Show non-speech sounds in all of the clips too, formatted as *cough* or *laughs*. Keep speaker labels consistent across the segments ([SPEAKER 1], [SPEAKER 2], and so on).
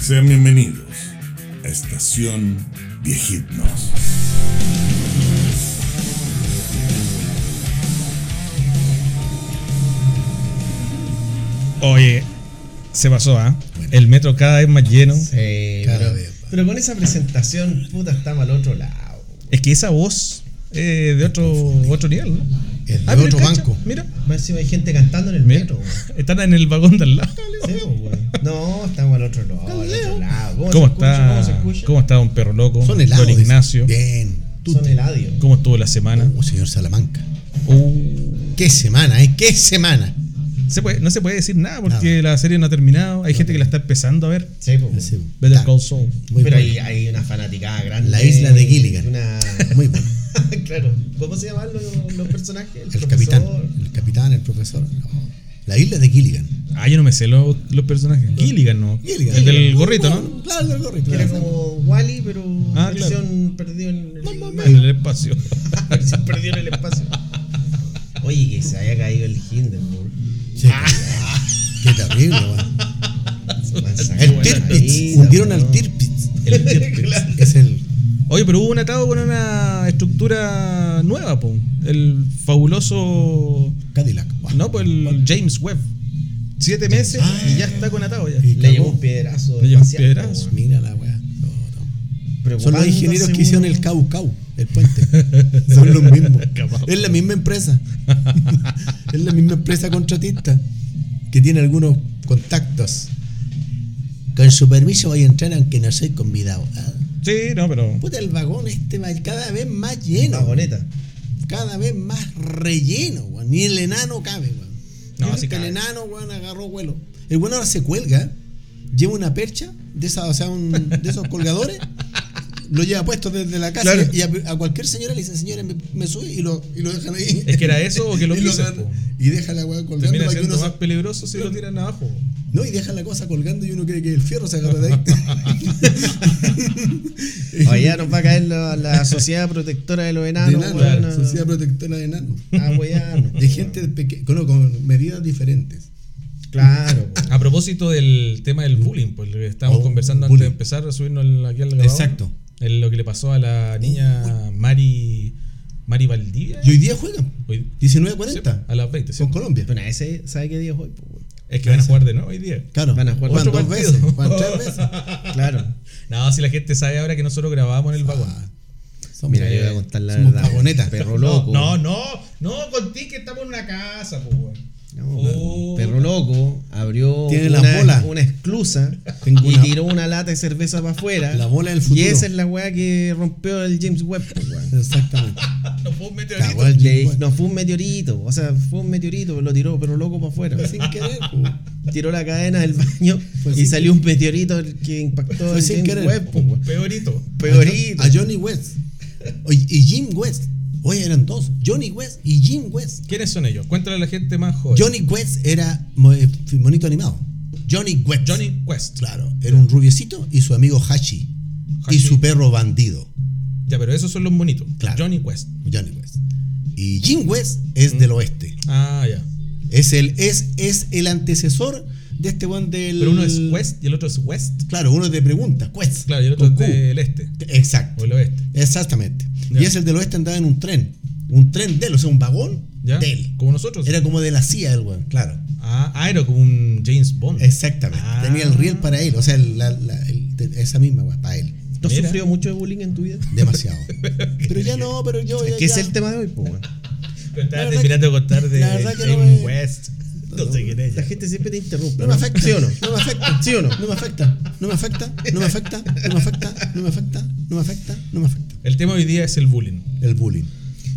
[SPEAKER 1] Sean bienvenidos a Estación Viejitnos.
[SPEAKER 2] Oye, se pasó, ¿ah? El metro cada vez más lleno.
[SPEAKER 3] Sí,
[SPEAKER 4] Cada
[SPEAKER 3] pero,
[SPEAKER 4] vez más.
[SPEAKER 3] pero con esa presentación, puta, estamos al otro lado.
[SPEAKER 2] Es que esa voz eh, de otro, otro nivel, ¿no?
[SPEAKER 4] Es de
[SPEAKER 2] Ah, mira,
[SPEAKER 4] otro
[SPEAKER 2] cacha,
[SPEAKER 4] banco.
[SPEAKER 2] Mira,
[SPEAKER 3] Más encima hay gente cantando en el
[SPEAKER 2] Mira.
[SPEAKER 3] metro, weón.
[SPEAKER 2] están en el vagón de al lado.
[SPEAKER 3] Sí, po, weón. No, estamos al otro lado. al otro lado. ¿Cómo,
[SPEAKER 2] ¿Cómo
[SPEAKER 3] se escucha? ¿Cómo se
[SPEAKER 2] está?
[SPEAKER 3] escucha?
[SPEAKER 2] ¿Cómo está Don Perro Loco?
[SPEAKER 4] Son helados.
[SPEAKER 2] Don Ignacio.
[SPEAKER 4] Bien. Tú,
[SPEAKER 3] Son heladio.
[SPEAKER 2] ¿Cómo estuvo la semana?
[SPEAKER 4] Oh, señor Salamanca.
[SPEAKER 2] Uh,
[SPEAKER 4] Qué semana, ¿eh? Qué semana.
[SPEAKER 2] se puede- no se puede decir nada porque la serie no ha terminado. Hay gente que la está empezando a ver.
[SPEAKER 3] Sí, po, weón.
[SPEAKER 4] Sí,
[SPEAKER 2] Better
[SPEAKER 4] está
[SPEAKER 2] Call Saul.
[SPEAKER 4] Muy bueno.
[SPEAKER 3] pero hay, hay una fanaticada grande.
[SPEAKER 4] La isla de Gilligan.
[SPEAKER 3] Una... *laughs*
[SPEAKER 4] Muy bueno.
[SPEAKER 3] claro. ¿Cómo se llaman los, los personajes? El,
[SPEAKER 4] El
[SPEAKER 3] profesor.
[SPEAKER 4] capitán. El capitán, el profesor. No. La isla de Gilligan.
[SPEAKER 2] Ah, yo no me sé los, los personajes. Gilligan, ¿no?
[SPEAKER 4] Gilligan.
[SPEAKER 2] El del gorrito, ¿no?
[SPEAKER 4] Claro, el del gorrito.
[SPEAKER 3] Era como Wally, pero
[SPEAKER 2] Ah, claro.
[SPEAKER 3] versión perdido en el mar.
[SPEAKER 2] En el espacio.
[SPEAKER 3] *laughs* Versión perdido en el espacio. Oye, que se haya caído el Hindenburg.
[SPEAKER 4] Sí,
[SPEAKER 2] Ah.
[SPEAKER 4] Qué terrible, weón. El
[SPEAKER 3] El
[SPEAKER 4] Tirpitz. Hundieron al Tirpitz.
[SPEAKER 2] El tiempo.
[SPEAKER 4] Es el.
[SPEAKER 2] Oye, pero hubo un atado con una estructura nueva, po. El fabuloso.
[SPEAKER 4] Cadillac. Buah.
[SPEAKER 2] No, pues el James Webb. Siete meses
[SPEAKER 4] Ah.
[SPEAKER 2] y ya está con atado ya.
[SPEAKER 4] Y
[SPEAKER 3] Le llevó
[SPEAKER 4] cagó.
[SPEAKER 3] un piedrazo.
[SPEAKER 2] Le llevó un
[SPEAKER 3] espacial,
[SPEAKER 2] piedrazo.
[SPEAKER 3] weón.
[SPEAKER 4] Mira la weá. No, no. Son los
[SPEAKER 3] Preocupándose
[SPEAKER 4] ingenieros
[SPEAKER 3] uno.
[SPEAKER 4] que hicieron el Cau Cau, el puente. *laughs* Son los mismos.
[SPEAKER 2] Cabau.
[SPEAKER 4] Es la misma empresa. *laughs* es la misma empresa contratista que tiene algunos contactos. Con su permiso voy a entrar aunque no soy convidado. Ah,
[SPEAKER 2] Sí, no, pero.
[SPEAKER 4] Puta, el vagón este va cada vez más
[SPEAKER 3] La
[SPEAKER 4] lleno.
[SPEAKER 3] vagoneta.
[SPEAKER 4] Cada vez más relleno, weón. Ni el enano cabe, weón.
[SPEAKER 2] No,
[SPEAKER 4] Yo creo
[SPEAKER 2] sí
[SPEAKER 4] que
[SPEAKER 2] cabe.
[SPEAKER 4] el enano, weón, agarró vuelo. El bueno ahora se cuelga, lleva una percha de esa, o sea, un- de esos colgadores, lo lleva puesto desde la casa
[SPEAKER 2] Claro.
[SPEAKER 4] y a, a cualquier señora le dice, señora, me, me sube y lo, y lo dejan ahí.
[SPEAKER 2] Es que era eso o que lo
[SPEAKER 4] *laughs* y,
[SPEAKER 2] quiso,
[SPEAKER 4] dejan-
[SPEAKER 2] po.
[SPEAKER 4] y deja la weá colgando
[SPEAKER 2] Termina
[SPEAKER 4] para que
[SPEAKER 2] siendo
[SPEAKER 4] uno se-
[SPEAKER 2] más peligroso si lo tiran abajo.
[SPEAKER 4] No, y deja la cosa colgando y uno cree que el fierro se agarra
[SPEAKER 2] *laughs*
[SPEAKER 4] de ahí.
[SPEAKER 3] Allá nos va a caer
[SPEAKER 4] *laughs*
[SPEAKER 3] la, la sociedad protectora de los
[SPEAKER 4] de
[SPEAKER 3] enanos.
[SPEAKER 4] enano,
[SPEAKER 3] weón, a-
[SPEAKER 4] sociedad protectora de enano.
[SPEAKER 3] a wearnos,
[SPEAKER 4] *laughs* De gente peque- con, con medidas diferentes.
[SPEAKER 3] Claro. weón.
[SPEAKER 2] A propósito del tema del bullying, pues lo que estábamos
[SPEAKER 4] Oh,
[SPEAKER 2] conversando antes
[SPEAKER 4] bullying.
[SPEAKER 2] de empezar a subirnos al- aquí al grabador.
[SPEAKER 4] Exacto. Oh,
[SPEAKER 2] El- lo que le pasó a la niña Mari. Mari Valdivia.
[SPEAKER 4] Y hoy día juegan.
[SPEAKER 2] Hoy-
[SPEAKER 4] 19.40
[SPEAKER 2] sí,
[SPEAKER 4] 40
[SPEAKER 2] a las 20, sí.
[SPEAKER 4] con Colombia.
[SPEAKER 3] Bueno, ese sabe qué día es hoy, pues, weón.
[SPEAKER 2] Es que van a jugar de nuevo hoy día.
[SPEAKER 4] Claro.
[SPEAKER 3] Van a jugar
[SPEAKER 4] Juegan
[SPEAKER 3] otro
[SPEAKER 4] dos
[SPEAKER 2] partido.
[SPEAKER 4] veces. Juegan
[SPEAKER 3] *laughs*
[SPEAKER 4] tres veces.
[SPEAKER 3] Claro.
[SPEAKER 2] No, si la gente sabe ahora que nosotros grabamos en el vagón.
[SPEAKER 4] Ah, somos-
[SPEAKER 3] Mira, yo voy a contar la
[SPEAKER 4] somos
[SPEAKER 3] verdad.
[SPEAKER 4] vagonetas.
[SPEAKER 3] Perro loco.
[SPEAKER 2] No, no, no, con ti que estamos en una casa, pues, weón.
[SPEAKER 3] No,
[SPEAKER 2] Oh.
[SPEAKER 3] Perro loco abrió
[SPEAKER 4] Tiene la
[SPEAKER 3] una,
[SPEAKER 4] bola.
[SPEAKER 3] una esclusa
[SPEAKER 4] Tengo
[SPEAKER 3] y
[SPEAKER 4] una-
[SPEAKER 3] tiró una lata de cerveza para afuera.
[SPEAKER 4] La bola del futuro.
[SPEAKER 3] Y esa es la weá que rompió el James Webb. pues, weón.
[SPEAKER 4] Exactamente.
[SPEAKER 2] No fue un meteorito.
[SPEAKER 4] Cagó el
[SPEAKER 3] Le-
[SPEAKER 4] James Webb.
[SPEAKER 3] no fue un meteorito, o sea, fue un meteorito, lo tiró, pero loco para afuera. *laughs*
[SPEAKER 4] Sin querer, po.
[SPEAKER 3] Tiró la cadena del baño
[SPEAKER 4] Fue
[SPEAKER 3] y
[SPEAKER 4] sin
[SPEAKER 3] salió un meteorito que impactó
[SPEAKER 4] Fue
[SPEAKER 3] el
[SPEAKER 4] sin
[SPEAKER 3] James
[SPEAKER 4] querer.
[SPEAKER 3] Webb. pues, weón.
[SPEAKER 2] Peorito.
[SPEAKER 3] Peorito.
[SPEAKER 4] A Johnny West. Oye, y Jim West. Oye, eran dos. Johnny West y Jim West.
[SPEAKER 2] ¿Quiénes son ellos? Cuéntale a la gente más joven.
[SPEAKER 4] Johnny West era mo- eh, monito animado. Johnny West.
[SPEAKER 2] Johnny Quest.
[SPEAKER 4] Claro. Era un rubiecito y su amigo Hachi.
[SPEAKER 2] Hachi.
[SPEAKER 4] Y su perro bandido.
[SPEAKER 2] Ya, pero esos son los bonitos.
[SPEAKER 4] Claro.
[SPEAKER 2] Johnny Quest.
[SPEAKER 4] Johnny West. Y Jim West
[SPEAKER 3] Mm.
[SPEAKER 4] es del oeste.
[SPEAKER 2] Ah, ya.
[SPEAKER 4] Es el, es, es el antecesor de este one del.
[SPEAKER 2] Pero uno es West y el otro es West.
[SPEAKER 4] Claro, uno te pregunta, Quest.
[SPEAKER 2] Claro, y el otro
[SPEAKER 4] con
[SPEAKER 2] es
[SPEAKER 4] Q.
[SPEAKER 2] del este
[SPEAKER 4] Exacto.
[SPEAKER 2] o el oeste.
[SPEAKER 4] Exactamente.
[SPEAKER 2] Ya.
[SPEAKER 4] Y es el del oeste andaba en un tren. Un tren de él, o sea, un vagón
[SPEAKER 2] ¿Ya?
[SPEAKER 4] de él.
[SPEAKER 2] Como nosotros.
[SPEAKER 4] Era como de la CIA el weón, claro.
[SPEAKER 2] Ah, ah, era como un James Bond.
[SPEAKER 4] Exactamente.
[SPEAKER 2] Ah.
[SPEAKER 4] Tenía el riel para él, o sea, la- la- el- de- esa misma weón, para él.
[SPEAKER 3] ¿No has
[SPEAKER 2] Mira.
[SPEAKER 3] sufrido mucho de bullying en tu vida? *laughs*
[SPEAKER 4] Demasiado. pero ya no, pero yo.
[SPEAKER 3] Es
[SPEAKER 4] ya-
[SPEAKER 3] que es
[SPEAKER 4] ya-
[SPEAKER 3] el tema de hoy, pues, weón.
[SPEAKER 2] Pero estaba
[SPEAKER 4] La verdad
[SPEAKER 2] terminando de contar de
[SPEAKER 4] la verdad que no
[SPEAKER 2] James
[SPEAKER 4] me-
[SPEAKER 2] West. No sé quién es.
[SPEAKER 3] La
[SPEAKER 2] ya.
[SPEAKER 3] gente siempre te interrumpe.
[SPEAKER 4] No me afecta.
[SPEAKER 3] ¿Sí o no?
[SPEAKER 4] No me afecta.
[SPEAKER 3] ¿Sí o no?
[SPEAKER 4] No me afecta. No me afecta. No me afecta. No me afecta. No me afecta. No me afecta. No me afecta.
[SPEAKER 2] El tema hoy día es el bullying.
[SPEAKER 4] El bullying.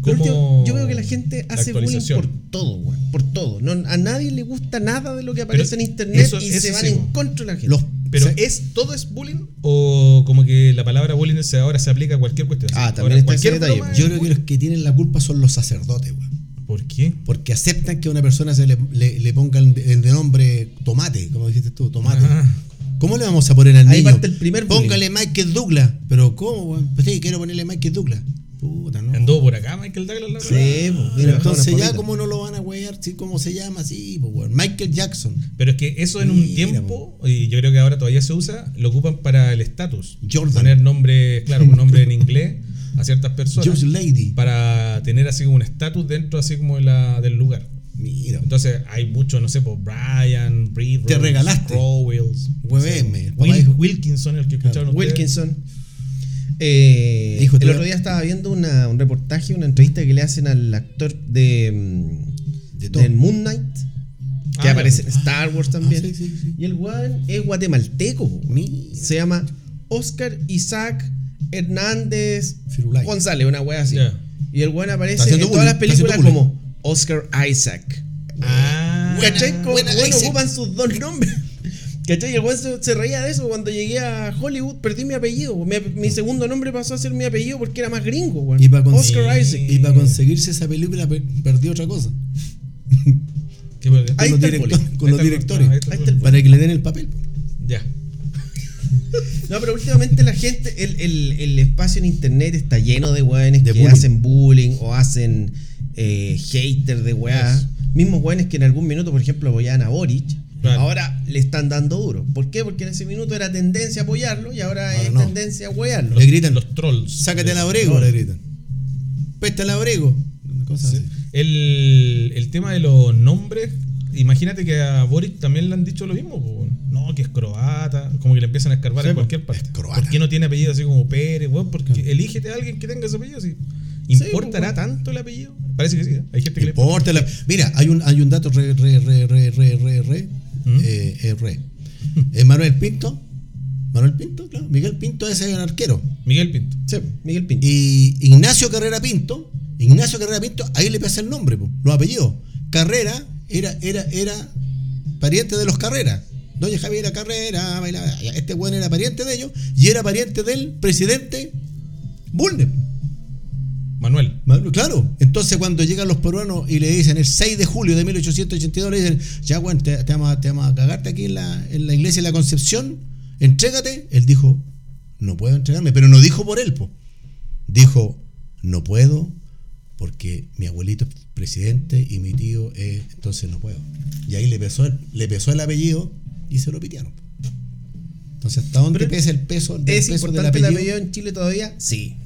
[SPEAKER 3] Pero
[SPEAKER 2] Como
[SPEAKER 3] este, yo, yo veo que la gente hace bullying
[SPEAKER 2] actualización.
[SPEAKER 3] por todo, weón. Por todo. No, a nadie le gusta nada de lo que aparece
[SPEAKER 2] Pero
[SPEAKER 3] en internet
[SPEAKER 2] eso-
[SPEAKER 3] y
[SPEAKER 2] eso
[SPEAKER 3] se van
[SPEAKER 2] sí,
[SPEAKER 3] en
[SPEAKER 2] weón.
[SPEAKER 3] contra de la gente.
[SPEAKER 4] Los,
[SPEAKER 2] Pero
[SPEAKER 4] se-
[SPEAKER 2] es todo es bullying o como que la palabra bullying se- ahora se aplica a cualquier cuestión.
[SPEAKER 3] Ah,
[SPEAKER 2] Ahora,
[SPEAKER 3] también está
[SPEAKER 2] cualquier
[SPEAKER 3] ese detalle.
[SPEAKER 2] broma es
[SPEAKER 4] yo creo que
[SPEAKER 2] bullying.
[SPEAKER 4] los que tienen la culpa son los sacerdotes, weón.
[SPEAKER 2] ¿Por qué?
[SPEAKER 4] Porque aceptan que a una persona se le, le- le ponga el, el de nombre tomate, como dijiste tú,
[SPEAKER 3] Ah,
[SPEAKER 4] tomate.
[SPEAKER 2] Ajá.
[SPEAKER 4] ¿Cómo le vamos a poner al
[SPEAKER 3] Ahí
[SPEAKER 4] niño?
[SPEAKER 3] parte el primer bullying.
[SPEAKER 4] Póngale Michael Douglas. Pero ¿cómo, weón? Pues sí, quiero ponerle Michael Douglas. Puta, no.
[SPEAKER 2] Anduvo por acá Michael Douglas. La
[SPEAKER 4] Sí,
[SPEAKER 2] verdad. Se
[SPEAKER 4] pues, mira,
[SPEAKER 2] bajó unas
[SPEAKER 4] entonces ya
[SPEAKER 2] papitas.
[SPEAKER 4] como no lo van a wear, sí, cómo se llama, sí, pues, weón. Michael Jackson,
[SPEAKER 2] Pero es que eso en un
[SPEAKER 4] Mira,
[SPEAKER 2] tiempo, y yo creo que ahora todavía se usa, lo ocupan para el estatus.
[SPEAKER 4] Jordan.
[SPEAKER 2] Poner nombres, claro, nombre en inglés a ciertas
[SPEAKER 4] Just
[SPEAKER 2] personas.
[SPEAKER 4] Lady.
[SPEAKER 2] Para tener así como un estatus dentro así como de la, del lugar.
[SPEAKER 4] Mira,
[SPEAKER 2] Entonces hay muchos, no sé, pues Brian, Reed,
[SPEAKER 4] Te regalaste.
[SPEAKER 2] Crowells.
[SPEAKER 4] hueveme. el papá
[SPEAKER 2] Wil-
[SPEAKER 4] dijo,
[SPEAKER 2] Wilkinson, el que escucharon ustedes.
[SPEAKER 3] Wilkinson. Eh,
[SPEAKER 4] Hijo,
[SPEAKER 3] el
[SPEAKER 4] te-
[SPEAKER 3] otro día estaba viendo una- un reportaje, una entrevista que le hacen al actor de, mm,
[SPEAKER 4] De todo.
[SPEAKER 3] del Moon Knight,
[SPEAKER 2] Ah,
[SPEAKER 3] que
[SPEAKER 2] ya,
[SPEAKER 3] aparece en
[SPEAKER 2] pues.
[SPEAKER 3] Star Wars también.
[SPEAKER 4] Ah, sí, sí, sí.
[SPEAKER 3] Y el weón es guatemalteco. po.
[SPEAKER 4] Mira.
[SPEAKER 3] Se llama Oscar Isaac Hernández
[SPEAKER 4] Firulais.
[SPEAKER 3] González, una wea así.
[SPEAKER 2] Ya.
[SPEAKER 3] Y el weón
[SPEAKER 4] Está
[SPEAKER 3] aparece en
[SPEAKER 4] haciendo
[SPEAKER 3] todas
[SPEAKER 4] bullying,
[SPEAKER 3] las
[SPEAKER 4] está haciendo
[SPEAKER 3] películas como Oscar Isaac.
[SPEAKER 2] Ah,
[SPEAKER 3] ¿Cachai? Como
[SPEAKER 4] buena,
[SPEAKER 3] weón,
[SPEAKER 4] Isaac.
[SPEAKER 3] ocupan sus dos nombres. ¿Cachai? Y el weón se, se reía de eso. Cuando llegué a Hollywood perdí mi apellido. Mi, ap- mi segundo nombre pasó a ser mi apellido porque era más gringo, weón.
[SPEAKER 4] Y para
[SPEAKER 3] Oscar
[SPEAKER 4] conseguir-
[SPEAKER 3] Isaac.
[SPEAKER 4] Y para conseguirse esa película per- perdió otra cosa.
[SPEAKER 2] qué bueno.
[SPEAKER 4] Con
[SPEAKER 3] Ahí
[SPEAKER 4] los,
[SPEAKER 3] está el
[SPEAKER 4] directo-
[SPEAKER 3] bullying.
[SPEAKER 4] con
[SPEAKER 2] Ahí está el-
[SPEAKER 4] los
[SPEAKER 2] Ah,
[SPEAKER 4] directores.
[SPEAKER 2] ahí está el
[SPEAKER 3] bullying.
[SPEAKER 4] para que le den el papel.
[SPEAKER 2] Ya.
[SPEAKER 3] No, pero últimamente la gente, el, el- el espacio en internet está lleno de weones
[SPEAKER 4] De
[SPEAKER 3] que
[SPEAKER 4] bullying.
[SPEAKER 3] hacen bullying o hacen eh, hater de weas.
[SPEAKER 2] Eso.
[SPEAKER 3] Mismos weones que en algún minuto, por ejemplo, apoyaban a Boric.
[SPEAKER 2] Claro.
[SPEAKER 3] Ahora le están dando duro. ¿Por qué? Porque en ese minuto era tendencia a apoyarlo y ahora,
[SPEAKER 4] Ahora
[SPEAKER 3] es
[SPEAKER 4] no.
[SPEAKER 3] tendencia a wearlo.
[SPEAKER 4] Le gritan,
[SPEAKER 2] Los trolls.
[SPEAKER 4] sácate
[SPEAKER 2] Eh,
[SPEAKER 4] la orego, le gritan. Pesta la orego. Cosas así.
[SPEAKER 2] El, el tema de los nombres, imagínate que a Boric también le han dicho lo mismo. po, weón. No, que es croata, como que le empiezan a escarbar
[SPEAKER 4] Sí,
[SPEAKER 2] en
[SPEAKER 4] po,
[SPEAKER 2] cualquier parte.
[SPEAKER 4] es croata.
[SPEAKER 2] ¿Por qué no tiene apellido así como Pérez? weón? porque
[SPEAKER 4] Claro.
[SPEAKER 2] elígete a alguien que tenga ese apellido. Si ¿Importará
[SPEAKER 3] weón.
[SPEAKER 2] tanto el apellido? Parece que sí. ¿eh? Hay gente que le
[SPEAKER 4] Importa la- Mira, hay un, hay un dato re, re, re, re, re, re, re.
[SPEAKER 2] ¿Mm?
[SPEAKER 4] eh, eh, re. Eh, Manuel Pinto. Manuel Pinto, claro. Miguel Pinto ese es el arquero.
[SPEAKER 2] Miguel Pinto.
[SPEAKER 3] Sí, Miguel Pinto.
[SPEAKER 4] Y Ignacio Carrera Pinto. Ignacio Carrera Pinto, ahí le pasa el nombre, po, los apellidos. Carrera era, era, era pariente de los Carrera. Doña Javiera Carrera, bailaba. Este weón era pariente de ellos y era pariente del presidente Bulnes.
[SPEAKER 2] Manuel.
[SPEAKER 4] Manuel, Claro, entonces cuando llegan los peruanos y le dicen el 6 de julio de 1882, le dicen, ya weón, te, te vamos, a, te vamos a cagarte aquí en la, en la iglesia de la Concepción, entrégate. Él dijo, no puedo entregarme, pero no dijo por él, po. dijo, no puedo porque mi abuelito es presidente y mi tío es, entonces no puedo. Y ahí le pesó el, le pesó el apellido y se lo pitearon. po. Entonces, ¿hasta dónde
[SPEAKER 3] Pero
[SPEAKER 4] pesa el peso, del
[SPEAKER 3] ¿Es
[SPEAKER 4] peso del
[SPEAKER 3] importante
[SPEAKER 4] apellido?
[SPEAKER 3] el apellido en Chile todavía? Sí.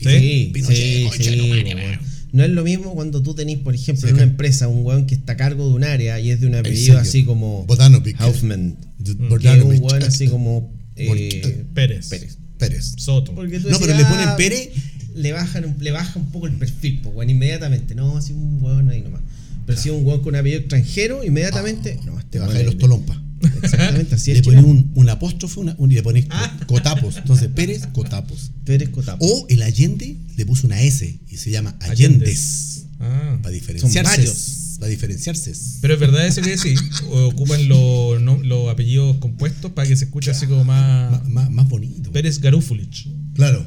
[SPEAKER 2] ¿Sí?
[SPEAKER 4] Pinochet, concha de tu madre,
[SPEAKER 3] po,
[SPEAKER 4] weón.
[SPEAKER 3] weón. No es lo mismo cuando tú tenés, por ejemplo,
[SPEAKER 4] Sí,
[SPEAKER 3] en una
[SPEAKER 4] claro.
[SPEAKER 3] empresa un weón que está a cargo de un área y es de un apellido
[SPEAKER 4] serio.
[SPEAKER 3] así como
[SPEAKER 4] Botanovic.
[SPEAKER 3] Hoffman.
[SPEAKER 4] D-
[SPEAKER 2] Mm.
[SPEAKER 3] Que es un
[SPEAKER 4] Bogdanovich,
[SPEAKER 3] weón
[SPEAKER 4] *laughs*
[SPEAKER 3] así
[SPEAKER 4] Acta,
[SPEAKER 3] como eh,
[SPEAKER 2] Pérez.
[SPEAKER 3] Pérez.
[SPEAKER 4] Pérez.
[SPEAKER 2] Soto.
[SPEAKER 3] Porque tú
[SPEAKER 4] No, pero
[SPEAKER 3] decís,
[SPEAKER 4] le ponen
[SPEAKER 3] ah,
[SPEAKER 4] Pérez.
[SPEAKER 3] Le, bajan, un- le baja un poco el perfil, po, weón, inmediatamente. No, si un weón ahí nomás. Pero si un weón con un apellido extranjero, inmediatamente. no, este
[SPEAKER 4] te Ah, baja
[SPEAKER 3] weón
[SPEAKER 4] de los
[SPEAKER 3] es-
[SPEAKER 4] tolompas.
[SPEAKER 3] Exactamente,
[SPEAKER 4] *laughs*
[SPEAKER 3] así
[SPEAKER 4] Le
[SPEAKER 3] es.
[SPEAKER 4] pones
[SPEAKER 3] chileno. Ah.
[SPEAKER 4] un, un apóstrofe una- un- y le pones co- cotapos. Entonces, Pérez, cotapos.
[SPEAKER 3] Pérez Cotapo.
[SPEAKER 4] O el Allende le puso una S y se llama
[SPEAKER 2] Allendes.
[SPEAKER 4] Allendes.
[SPEAKER 2] Ah.
[SPEAKER 4] Para
[SPEAKER 3] varios.
[SPEAKER 4] diferenciarse. Para diferenciarse.
[SPEAKER 2] Pero es verdad eso que decís. o Ocupan los no- los apellidos compuestos para que se escuche así como
[SPEAKER 4] Ma-
[SPEAKER 3] Ah.
[SPEAKER 2] más.
[SPEAKER 4] ma- más bonito.
[SPEAKER 2] Pérez Garufulich.
[SPEAKER 4] Claro.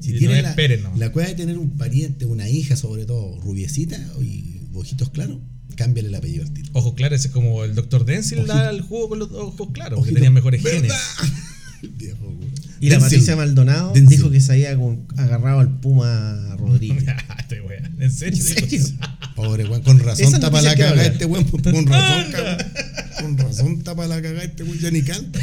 [SPEAKER 2] Y
[SPEAKER 4] Si
[SPEAKER 2] no
[SPEAKER 4] tiene
[SPEAKER 2] es
[SPEAKER 4] la,
[SPEAKER 2] Pérez, no.
[SPEAKER 4] la cueva de tener un pariente, una hija, sobre todo rubiecita y ojitos claros, cámbiale el apellido al tiro.
[SPEAKER 2] Ojos claros, ese es como el doctor Denzil da el jugo con los ojos claros, porque tenía mejores genes. *laughs*
[SPEAKER 4] Viejo, güey.
[SPEAKER 3] Y la
[SPEAKER 4] Denzel.
[SPEAKER 3] Patricia Maldonado
[SPEAKER 4] Denzel.
[SPEAKER 3] dijo que se había con- agarrado al Puma
[SPEAKER 4] *laughs*
[SPEAKER 3] Rodríguez. *laughs*
[SPEAKER 2] Este wea, ¿En serio?
[SPEAKER 4] Pobre weón, con razón
[SPEAKER 3] Esa
[SPEAKER 4] tapa
[SPEAKER 3] noticia
[SPEAKER 4] la cagada
[SPEAKER 3] quiero hablar.
[SPEAKER 4] este weón, pues, con razón, cabrón. Con razón tapa la cagada este weón, ya ni canta.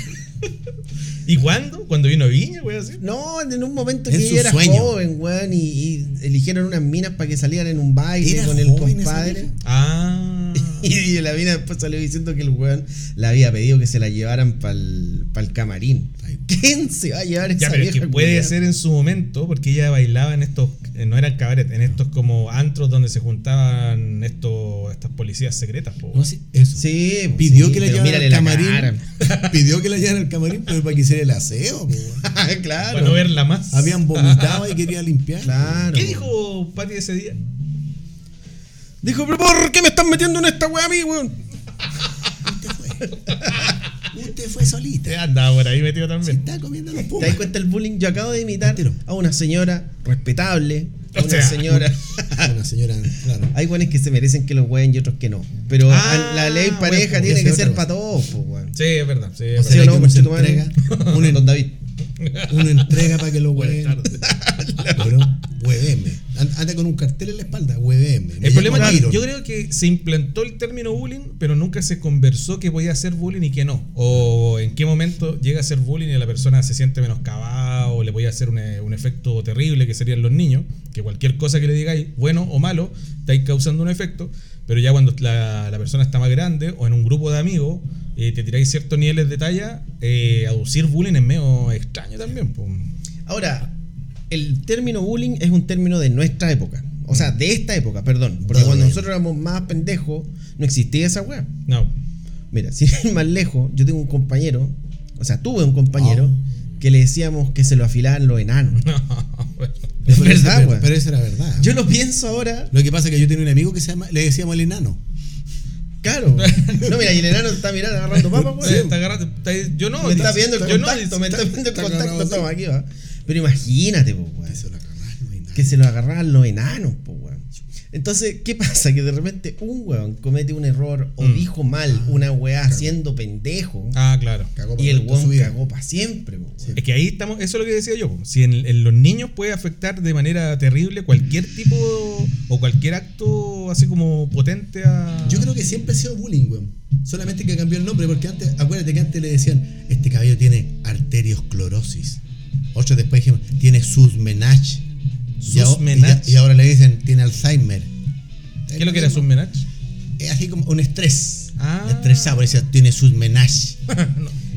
[SPEAKER 2] ¿Y cuándo? Cuando vino Viña, wea, así.
[SPEAKER 3] No, en un momento
[SPEAKER 4] En
[SPEAKER 3] que
[SPEAKER 4] su
[SPEAKER 3] ella era
[SPEAKER 4] sueño.
[SPEAKER 3] joven, weón, y, y eligieron unas minas para que salieran en un baile
[SPEAKER 4] Era
[SPEAKER 3] con el
[SPEAKER 4] joven esa
[SPEAKER 3] compadre.
[SPEAKER 4] vieja.
[SPEAKER 2] Ah.
[SPEAKER 3] *laughs* Y la mina después salió diciendo que el weón le había pedido que se la llevaran para el camarín. *laughs* ¿Quién se va a llevar esa
[SPEAKER 2] Ya, pero es que
[SPEAKER 3] vieja
[SPEAKER 2] puede
[SPEAKER 3] culiada?
[SPEAKER 2] ser en su momento, porque ella bailaba en estos, eh, no eran cabaret, en estos como antros donde se juntaban estos, estas policías secretas. po.
[SPEAKER 4] No sé, eso.
[SPEAKER 3] Sí, pues
[SPEAKER 4] Pidió
[SPEAKER 3] sí,
[SPEAKER 4] que la
[SPEAKER 3] pero
[SPEAKER 4] llevaran
[SPEAKER 3] mírale
[SPEAKER 4] al
[SPEAKER 3] la
[SPEAKER 4] camarín. *laughs* Pidió que la llevaran al camarín, pero para que hiciera el aseo, po, weón. *laughs*
[SPEAKER 3] cara. *laughs* claro.
[SPEAKER 2] Para no verla más.
[SPEAKER 4] Habían vomitado y quería limpiar.
[SPEAKER 3] Claro.
[SPEAKER 2] ¿Qué dijo Patti ese día?
[SPEAKER 3] Dijo, pero ¿por qué me están metiendo en esta weá a mí, weón?
[SPEAKER 4] Usted fue. Usted fue solita.
[SPEAKER 2] Andaba por ahí metido
[SPEAKER 4] Se
[SPEAKER 2] también.
[SPEAKER 4] está comiendo los
[SPEAKER 3] ¿Te das
[SPEAKER 4] pumas.
[SPEAKER 3] cuenta el bullying? Yo acabo de imitar
[SPEAKER 4] Tiro.
[SPEAKER 3] a una señora respetable, a
[SPEAKER 2] O
[SPEAKER 3] una
[SPEAKER 2] sea,
[SPEAKER 3] señora.
[SPEAKER 4] Una señora, claro.
[SPEAKER 3] Hay weones que se merecen que los hueven y otros que no. Pero
[SPEAKER 2] Ah,
[SPEAKER 3] al- la ley
[SPEAKER 2] bueno,
[SPEAKER 3] pareja
[SPEAKER 4] pues,
[SPEAKER 3] tiene
[SPEAKER 4] esa
[SPEAKER 3] que
[SPEAKER 4] es
[SPEAKER 3] ser
[SPEAKER 4] otra
[SPEAKER 3] para todos, pues, weón.
[SPEAKER 2] Sí, es verdad. Sí, es
[SPEAKER 4] O
[SPEAKER 2] verdad.
[SPEAKER 4] sea,
[SPEAKER 3] ¿Sí o
[SPEAKER 4] hay
[SPEAKER 3] no,
[SPEAKER 4] que uno se
[SPEAKER 3] conchetumare? *laughs*
[SPEAKER 4] entrega.
[SPEAKER 3] Don David.
[SPEAKER 4] Uno entrega para que lo hueven.
[SPEAKER 2] Buenas tardes.
[SPEAKER 4] Bueno, hueveme. ata con un cartel en la espalda, hueveme.
[SPEAKER 2] El problema es que yo creo que se implantó el término bullying, pero nunca se conversó que podía ser bullying y que no. O en qué momento llega a ser bullying y la persona se siente menoscabada o le podía hacer un, e- un efecto terrible que serían los niños. Que cualquier cosa que le digáis, bueno o malo, estáis causando un efecto. Pero ya cuando la, la persona está más grande o en un grupo de amigos, eh, te tiráis ciertos niveles de talla, eh, aducir bullying es medio extraño también. po.
[SPEAKER 3] Ahora, el término bullying es un término de nuestra época. O sea, de esta época, perdón.
[SPEAKER 4] Da
[SPEAKER 3] Porque
[SPEAKER 4] lo
[SPEAKER 3] cuando
[SPEAKER 4] mismo.
[SPEAKER 3] nosotros éramos más pendejos, no existía esa weá.
[SPEAKER 2] No. *laughs*
[SPEAKER 3] Mira, *laughs* si ir más lejos, yo tengo un compañero, o sea, tuve un compañero
[SPEAKER 4] Ah.
[SPEAKER 3] que le decíamos que se lo afilaban los
[SPEAKER 4] *laughs*
[SPEAKER 3] enanos. *laughs* Es verdad,
[SPEAKER 4] pero,
[SPEAKER 3] weón.
[SPEAKER 4] pero eso era verdad.
[SPEAKER 3] Yo lo pienso ahora,
[SPEAKER 4] Lo que pasa es que yo tenía un amigo que se llama, le decíamos el enano.
[SPEAKER 3] claro. No, mira, y el enano está
[SPEAKER 4] *laughs*
[SPEAKER 3] mirando, agarrando papas,
[SPEAKER 2] Sí,
[SPEAKER 4] pues.
[SPEAKER 3] weón.
[SPEAKER 2] está agarrando- está- yo no.
[SPEAKER 3] Me está
[SPEAKER 2] yo-
[SPEAKER 3] viendo el
[SPEAKER 2] yo no,
[SPEAKER 3] contacto, me está viendo el
[SPEAKER 4] está
[SPEAKER 3] contacto,
[SPEAKER 4] agarrado
[SPEAKER 3] toma, aquí va. Pero imagínate, po, weón.
[SPEAKER 4] Eso lo agarrás, no hay nada.
[SPEAKER 3] que se lo agarraban los enanos, po, weón. Entonces, ¿qué pasa? Que de repente un weón comete un error o
[SPEAKER 2] Mm.
[SPEAKER 3] dijo mal una weá siendo pendejo
[SPEAKER 2] Ah, claro.
[SPEAKER 4] Ah, Cagó
[SPEAKER 3] y el
[SPEAKER 4] por toda su
[SPEAKER 3] weón
[SPEAKER 4] vida.
[SPEAKER 3] cagó para siempre, po, weón.
[SPEAKER 2] Es que ahí estamos, eso es lo que decía yo. po. Si en, en los niños puede afectar de manera terrible cualquier tipo o cualquier acto así como potente a.
[SPEAKER 4] Yo creo que siempre ha sido bullying, weón. Solamente que cambió el nombre, porque antes, acuérdate que antes le decían, este cabello tiene arteriosclerosis. Otros después dijeron, tiene susmenage. Y aho-
[SPEAKER 2] Susmenage.
[SPEAKER 4] Y, a- y ahora le dicen, tiene Alzheimer.
[SPEAKER 2] ¿Qué es lo que era Submenach?
[SPEAKER 4] Es así como un estrés.
[SPEAKER 2] Ah.
[SPEAKER 4] Estresado, por eso tiene
[SPEAKER 3] *laughs*
[SPEAKER 4] susmenage.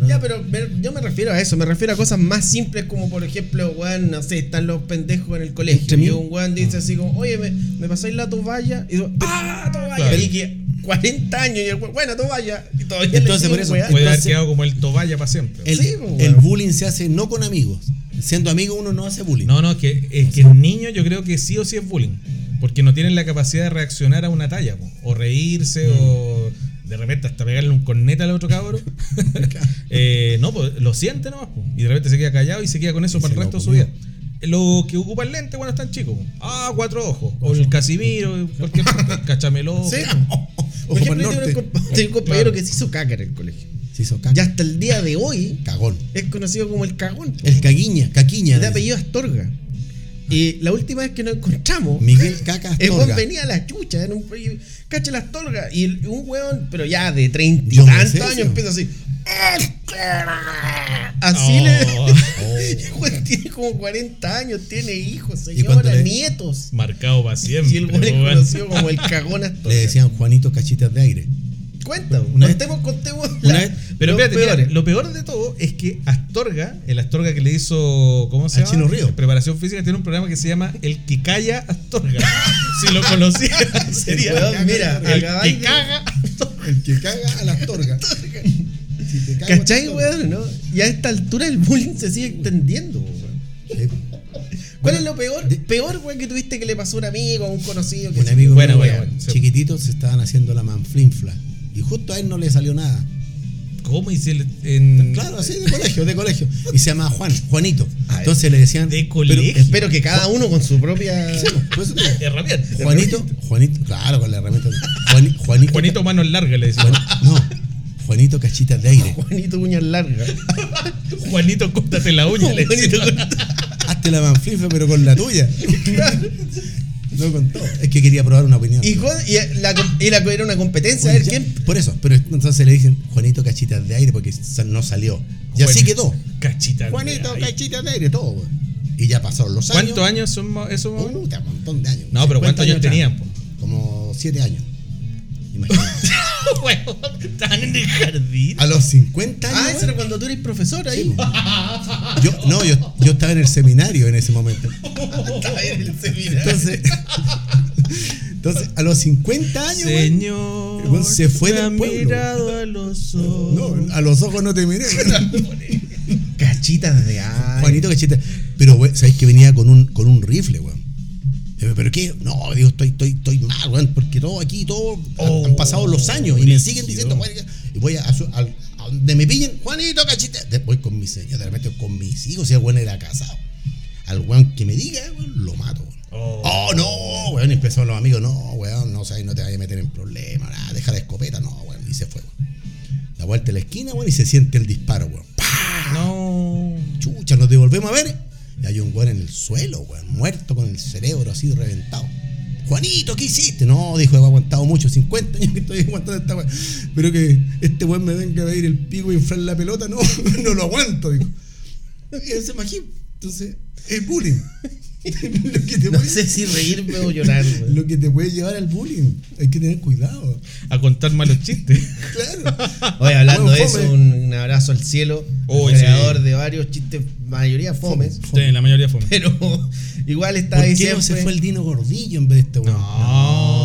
[SPEAKER 3] Ya, pero me- yo me refiero a eso, me refiero a cosas más simples como por ejemplo, weón, no sé, están los pendejos en el colegio.
[SPEAKER 4] Entre
[SPEAKER 3] Y
[SPEAKER 4] mí- Ah.
[SPEAKER 3] un weón dice así como, oye, me, me pasáis la toalla. Y digo, ah, toalla.
[SPEAKER 2] Claro.
[SPEAKER 3] Y que 40 años y el weón, bueno, toalla. Y todavía le
[SPEAKER 4] Entonces,
[SPEAKER 3] siguen
[SPEAKER 4] por eso,
[SPEAKER 3] weando.
[SPEAKER 2] Puede haber
[SPEAKER 4] Entonces-
[SPEAKER 2] quedado como el toballa para siempre.
[SPEAKER 4] El,
[SPEAKER 3] Sí, pues,
[SPEAKER 4] el
[SPEAKER 3] weón.
[SPEAKER 4] bullying se hace no con amigos. Siendo amigo uno no hace bullying.
[SPEAKER 2] No, no, es que, es que el niño yo creo que sí o sí es bullying. Porque no tienen la capacidad de reaccionar a una talla, po. o reírse, o de repente hasta pegarle un corneta al otro cabro. *laughs* Eh, no, pues lo siente nomás, po. y de repente se queda callado y se queda con eso
[SPEAKER 4] Y
[SPEAKER 2] para el
[SPEAKER 4] se lo
[SPEAKER 2] resto de su
[SPEAKER 4] comió.
[SPEAKER 2] vida. Los que ocupan lente cuando están chicos, po. ah, cuatro ojos, o el Casimiro, cualquier cachamelo.
[SPEAKER 3] Sí. Por
[SPEAKER 4] *laughs* Ojo para el
[SPEAKER 3] ejemplo, yo tengo
[SPEAKER 4] norte.
[SPEAKER 3] un compa- tengo un compañero
[SPEAKER 2] Claro.
[SPEAKER 3] que se hizo caca en el colegio.
[SPEAKER 4] Se hizo
[SPEAKER 3] Ya
[SPEAKER 4] caca.
[SPEAKER 3] hasta el día de hoy
[SPEAKER 4] Cagón.
[SPEAKER 3] es conocido como el cagón. po.
[SPEAKER 4] El caguiña, caquiña.
[SPEAKER 3] de apellido Astorga. Y la última vez que nos encontramos,
[SPEAKER 4] Miguel Caca
[SPEAKER 3] el weón
[SPEAKER 4] Astorga.
[SPEAKER 3] venía a la chucha, en un y- cacha la Astorga. Y un weón, pero ya de 30 y
[SPEAKER 4] Yo me
[SPEAKER 3] tantos
[SPEAKER 4] sé
[SPEAKER 3] años,
[SPEAKER 4] eso.
[SPEAKER 3] empieza así. Así
[SPEAKER 2] Oh.
[SPEAKER 3] *laughs* le. El weón tiene como 40 años, tiene hijos,
[SPEAKER 4] cuánto
[SPEAKER 3] señora,
[SPEAKER 4] le-
[SPEAKER 3] nietos.
[SPEAKER 2] Marcado para siempre.
[SPEAKER 3] Y el weón es
[SPEAKER 2] po, weón.
[SPEAKER 3] conocido como el cagón Astorga.
[SPEAKER 4] Le decían Juanito Cachitas de Aire.
[SPEAKER 3] Cuenta,
[SPEAKER 4] Una vez-
[SPEAKER 3] contemos, contemos.
[SPEAKER 4] una
[SPEAKER 3] este la-
[SPEAKER 4] vez-
[SPEAKER 2] Pero
[SPEAKER 3] los
[SPEAKER 2] espérate, mira,
[SPEAKER 3] peores.
[SPEAKER 2] lo peor de todo es que Astorga, el Astorga que le hizo, ¿cómo se
[SPEAKER 4] Al
[SPEAKER 2] llama? Eh,
[SPEAKER 4] Chino Río.
[SPEAKER 2] Preparación física, tiene un programa que se llama El que calla
[SPEAKER 4] *laughs*
[SPEAKER 2] Astorga. si lo conocía, sería
[SPEAKER 3] Weón, mira,
[SPEAKER 2] el
[SPEAKER 3] acabáis
[SPEAKER 2] que
[SPEAKER 3] de-
[SPEAKER 2] caga.
[SPEAKER 4] El que caga a la *laughs* Astorga. Si te cago,
[SPEAKER 3] ¿Cachai,
[SPEAKER 4] te
[SPEAKER 3] weón? ¿no? Y a esta altura el bullying se sigue extendiendo, weón.
[SPEAKER 4] Sí.
[SPEAKER 3] ¿Cuál es lo peor? Peor, weón, que tuviste que le pasó a un amigo, a un conocido. Que
[SPEAKER 4] Un
[SPEAKER 3] se-
[SPEAKER 4] amigo
[SPEAKER 2] Bueno,
[SPEAKER 4] mío,
[SPEAKER 2] bueno,
[SPEAKER 4] weón,
[SPEAKER 2] bueno, sí.
[SPEAKER 4] chiquitito, se estaban haciendo la manflinfla. Y justo a él no le salió nada.
[SPEAKER 2] ¿Cómo hice el- en
[SPEAKER 4] Claro, así *laughs* de colegio, de colegio. Y se llamaba Juan, Juanito.
[SPEAKER 3] Ah,
[SPEAKER 4] Entonces le decían.
[SPEAKER 2] de
[SPEAKER 4] pero-
[SPEAKER 2] colegio.
[SPEAKER 3] Espero que cada uno con su propia. *laughs*
[SPEAKER 4] Sí, pues, por eso te digo.
[SPEAKER 2] herramienta?
[SPEAKER 4] *laughs* Juanito, Juanito, claro, con la herramienta. Juani- Juanito.
[SPEAKER 2] Juanito manos largas le decía.
[SPEAKER 4] Juan- no, Juanito Cachitas de Aire.
[SPEAKER 3] Juanito uñas *laughs* largas.
[SPEAKER 2] Juanito, córtate la uña. le decía.
[SPEAKER 4] *laughs* Hazte la manflinfla, pero con la tuya. No con todo. Es que quería probar una opinión.
[SPEAKER 3] y, con- y la, y la- era una competencia. A
[SPEAKER 4] Bueno,
[SPEAKER 3] ver
[SPEAKER 4] ya-
[SPEAKER 3] quién.
[SPEAKER 4] Por eso, pero entonces le dicen Juanito Cachitas de Aire porque sa- no salió. Y así
[SPEAKER 2] Juan-
[SPEAKER 4] quedó.
[SPEAKER 2] Cachita. de
[SPEAKER 4] Juanito
[SPEAKER 2] ahí.
[SPEAKER 4] Cachitas de Aire, todo, weón. Y ya pasaron los años.
[SPEAKER 2] ¿Cuántos años son ma- esos? más o menos?
[SPEAKER 4] Puta, un montón de años.
[SPEAKER 2] No, pero
[SPEAKER 4] 50
[SPEAKER 2] ¿cuántos años
[SPEAKER 4] atrás.
[SPEAKER 2] tenían, po?
[SPEAKER 4] Como 7 años. Imagínate.
[SPEAKER 2] Weón, Estaban en el jardín.
[SPEAKER 4] A los 50 años.
[SPEAKER 3] Ah, eso
[SPEAKER 4] weón.
[SPEAKER 3] era cuando tú eres profesor
[SPEAKER 4] Sí,
[SPEAKER 3] ahí.
[SPEAKER 4] po. yo, no, yo, yo estaba en el seminario en ese momento.
[SPEAKER 3] *laughs* Estaba en el seminario.
[SPEAKER 4] Entonces, *laughs* entonces a los 50 años, weón,
[SPEAKER 2] Señor,
[SPEAKER 4] El weón se fue
[SPEAKER 2] me
[SPEAKER 4] del
[SPEAKER 2] ha
[SPEAKER 4] pueblo.
[SPEAKER 2] mirado a los ojos.
[SPEAKER 4] no, a los ojos no te miré.
[SPEAKER 3] Cachitas de aire.
[SPEAKER 4] Juanito Cachita. Pero, güey, ¿sabéis que venía con un, con un rifle, weón? Eh, ¿Pero qué? No, digo, estoy, estoy, estoy mal, weón, porque todo aquí, todo.
[SPEAKER 2] Oh,
[SPEAKER 4] han pasado los años y me siguen
[SPEAKER 2] brígido.
[SPEAKER 4] diciendo, weón, y voy a, a su- al- a donde me pillen, Juanito Cachita. Después con mis señores, de repente con mis hijos, si el weón era casado. Al weón que me diga, weón, lo mato, weón.
[SPEAKER 2] Oh.
[SPEAKER 4] Oh, no, weón, y empezaron los amigos, no, weón, no sabes, no te vayas a meter en problemas, nada, deja la escopeta, no, weón, y se fue, weón. La vuelta a la esquina, weón, y se siente el disparo, weón. ¡Pah!
[SPEAKER 2] No.
[SPEAKER 4] chucha, nos devolvemos a ver Y hay un weón en el suelo, weón, muerto con el cerebro así reventado. Juanito, ¿qué hiciste? No, dijo, he aguantado mucho, 50 años que estoy *laughs* aguantando esta weón. Pero que este weón me venga a pedir el pico y inflar la pelota, no, *laughs* no lo aguanto, dijo. Y ese magín, entonces, es bullying. *laughs* Lo que
[SPEAKER 3] *laughs*
[SPEAKER 4] te
[SPEAKER 3] No
[SPEAKER 4] puede-
[SPEAKER 3] sé si reírme o llorar, weón.
[SPEAKER 4] Lo que te puede llevar al bullying. Hay que tener cuidado.
[SPEAKER 2] A contar malos chistes.
[SPEAKER 4] *laughs* Claro.
[SPEAKER 3] Oye, hablando
[SPEAKER 4] Bueno,
[SPEAKER 3] de eso,
[SPEAKER 4] fome.
[SPEAKER 3] un, un abrazo al cielo.
[SPEAKER 2] Oh,
[SPEAKER 3] creador
[SPEAKER 2] sí.
[SPEAKER 3] de varios chistes, mayoría fomes.
[SPEAKER 2] Sí, en la mayoría fue.
[SPEAKER 3] Pero *laughs* igual está
[SPEAKER 4] ¿Por
[SPEAKER 3] ahí
[SPEAKER 4] qué no
[SPEAKER 3] siempre.
[SPEAKER 4] se fue el Dino Gordillo en vez de este weón?
[SPEAKER 2] No,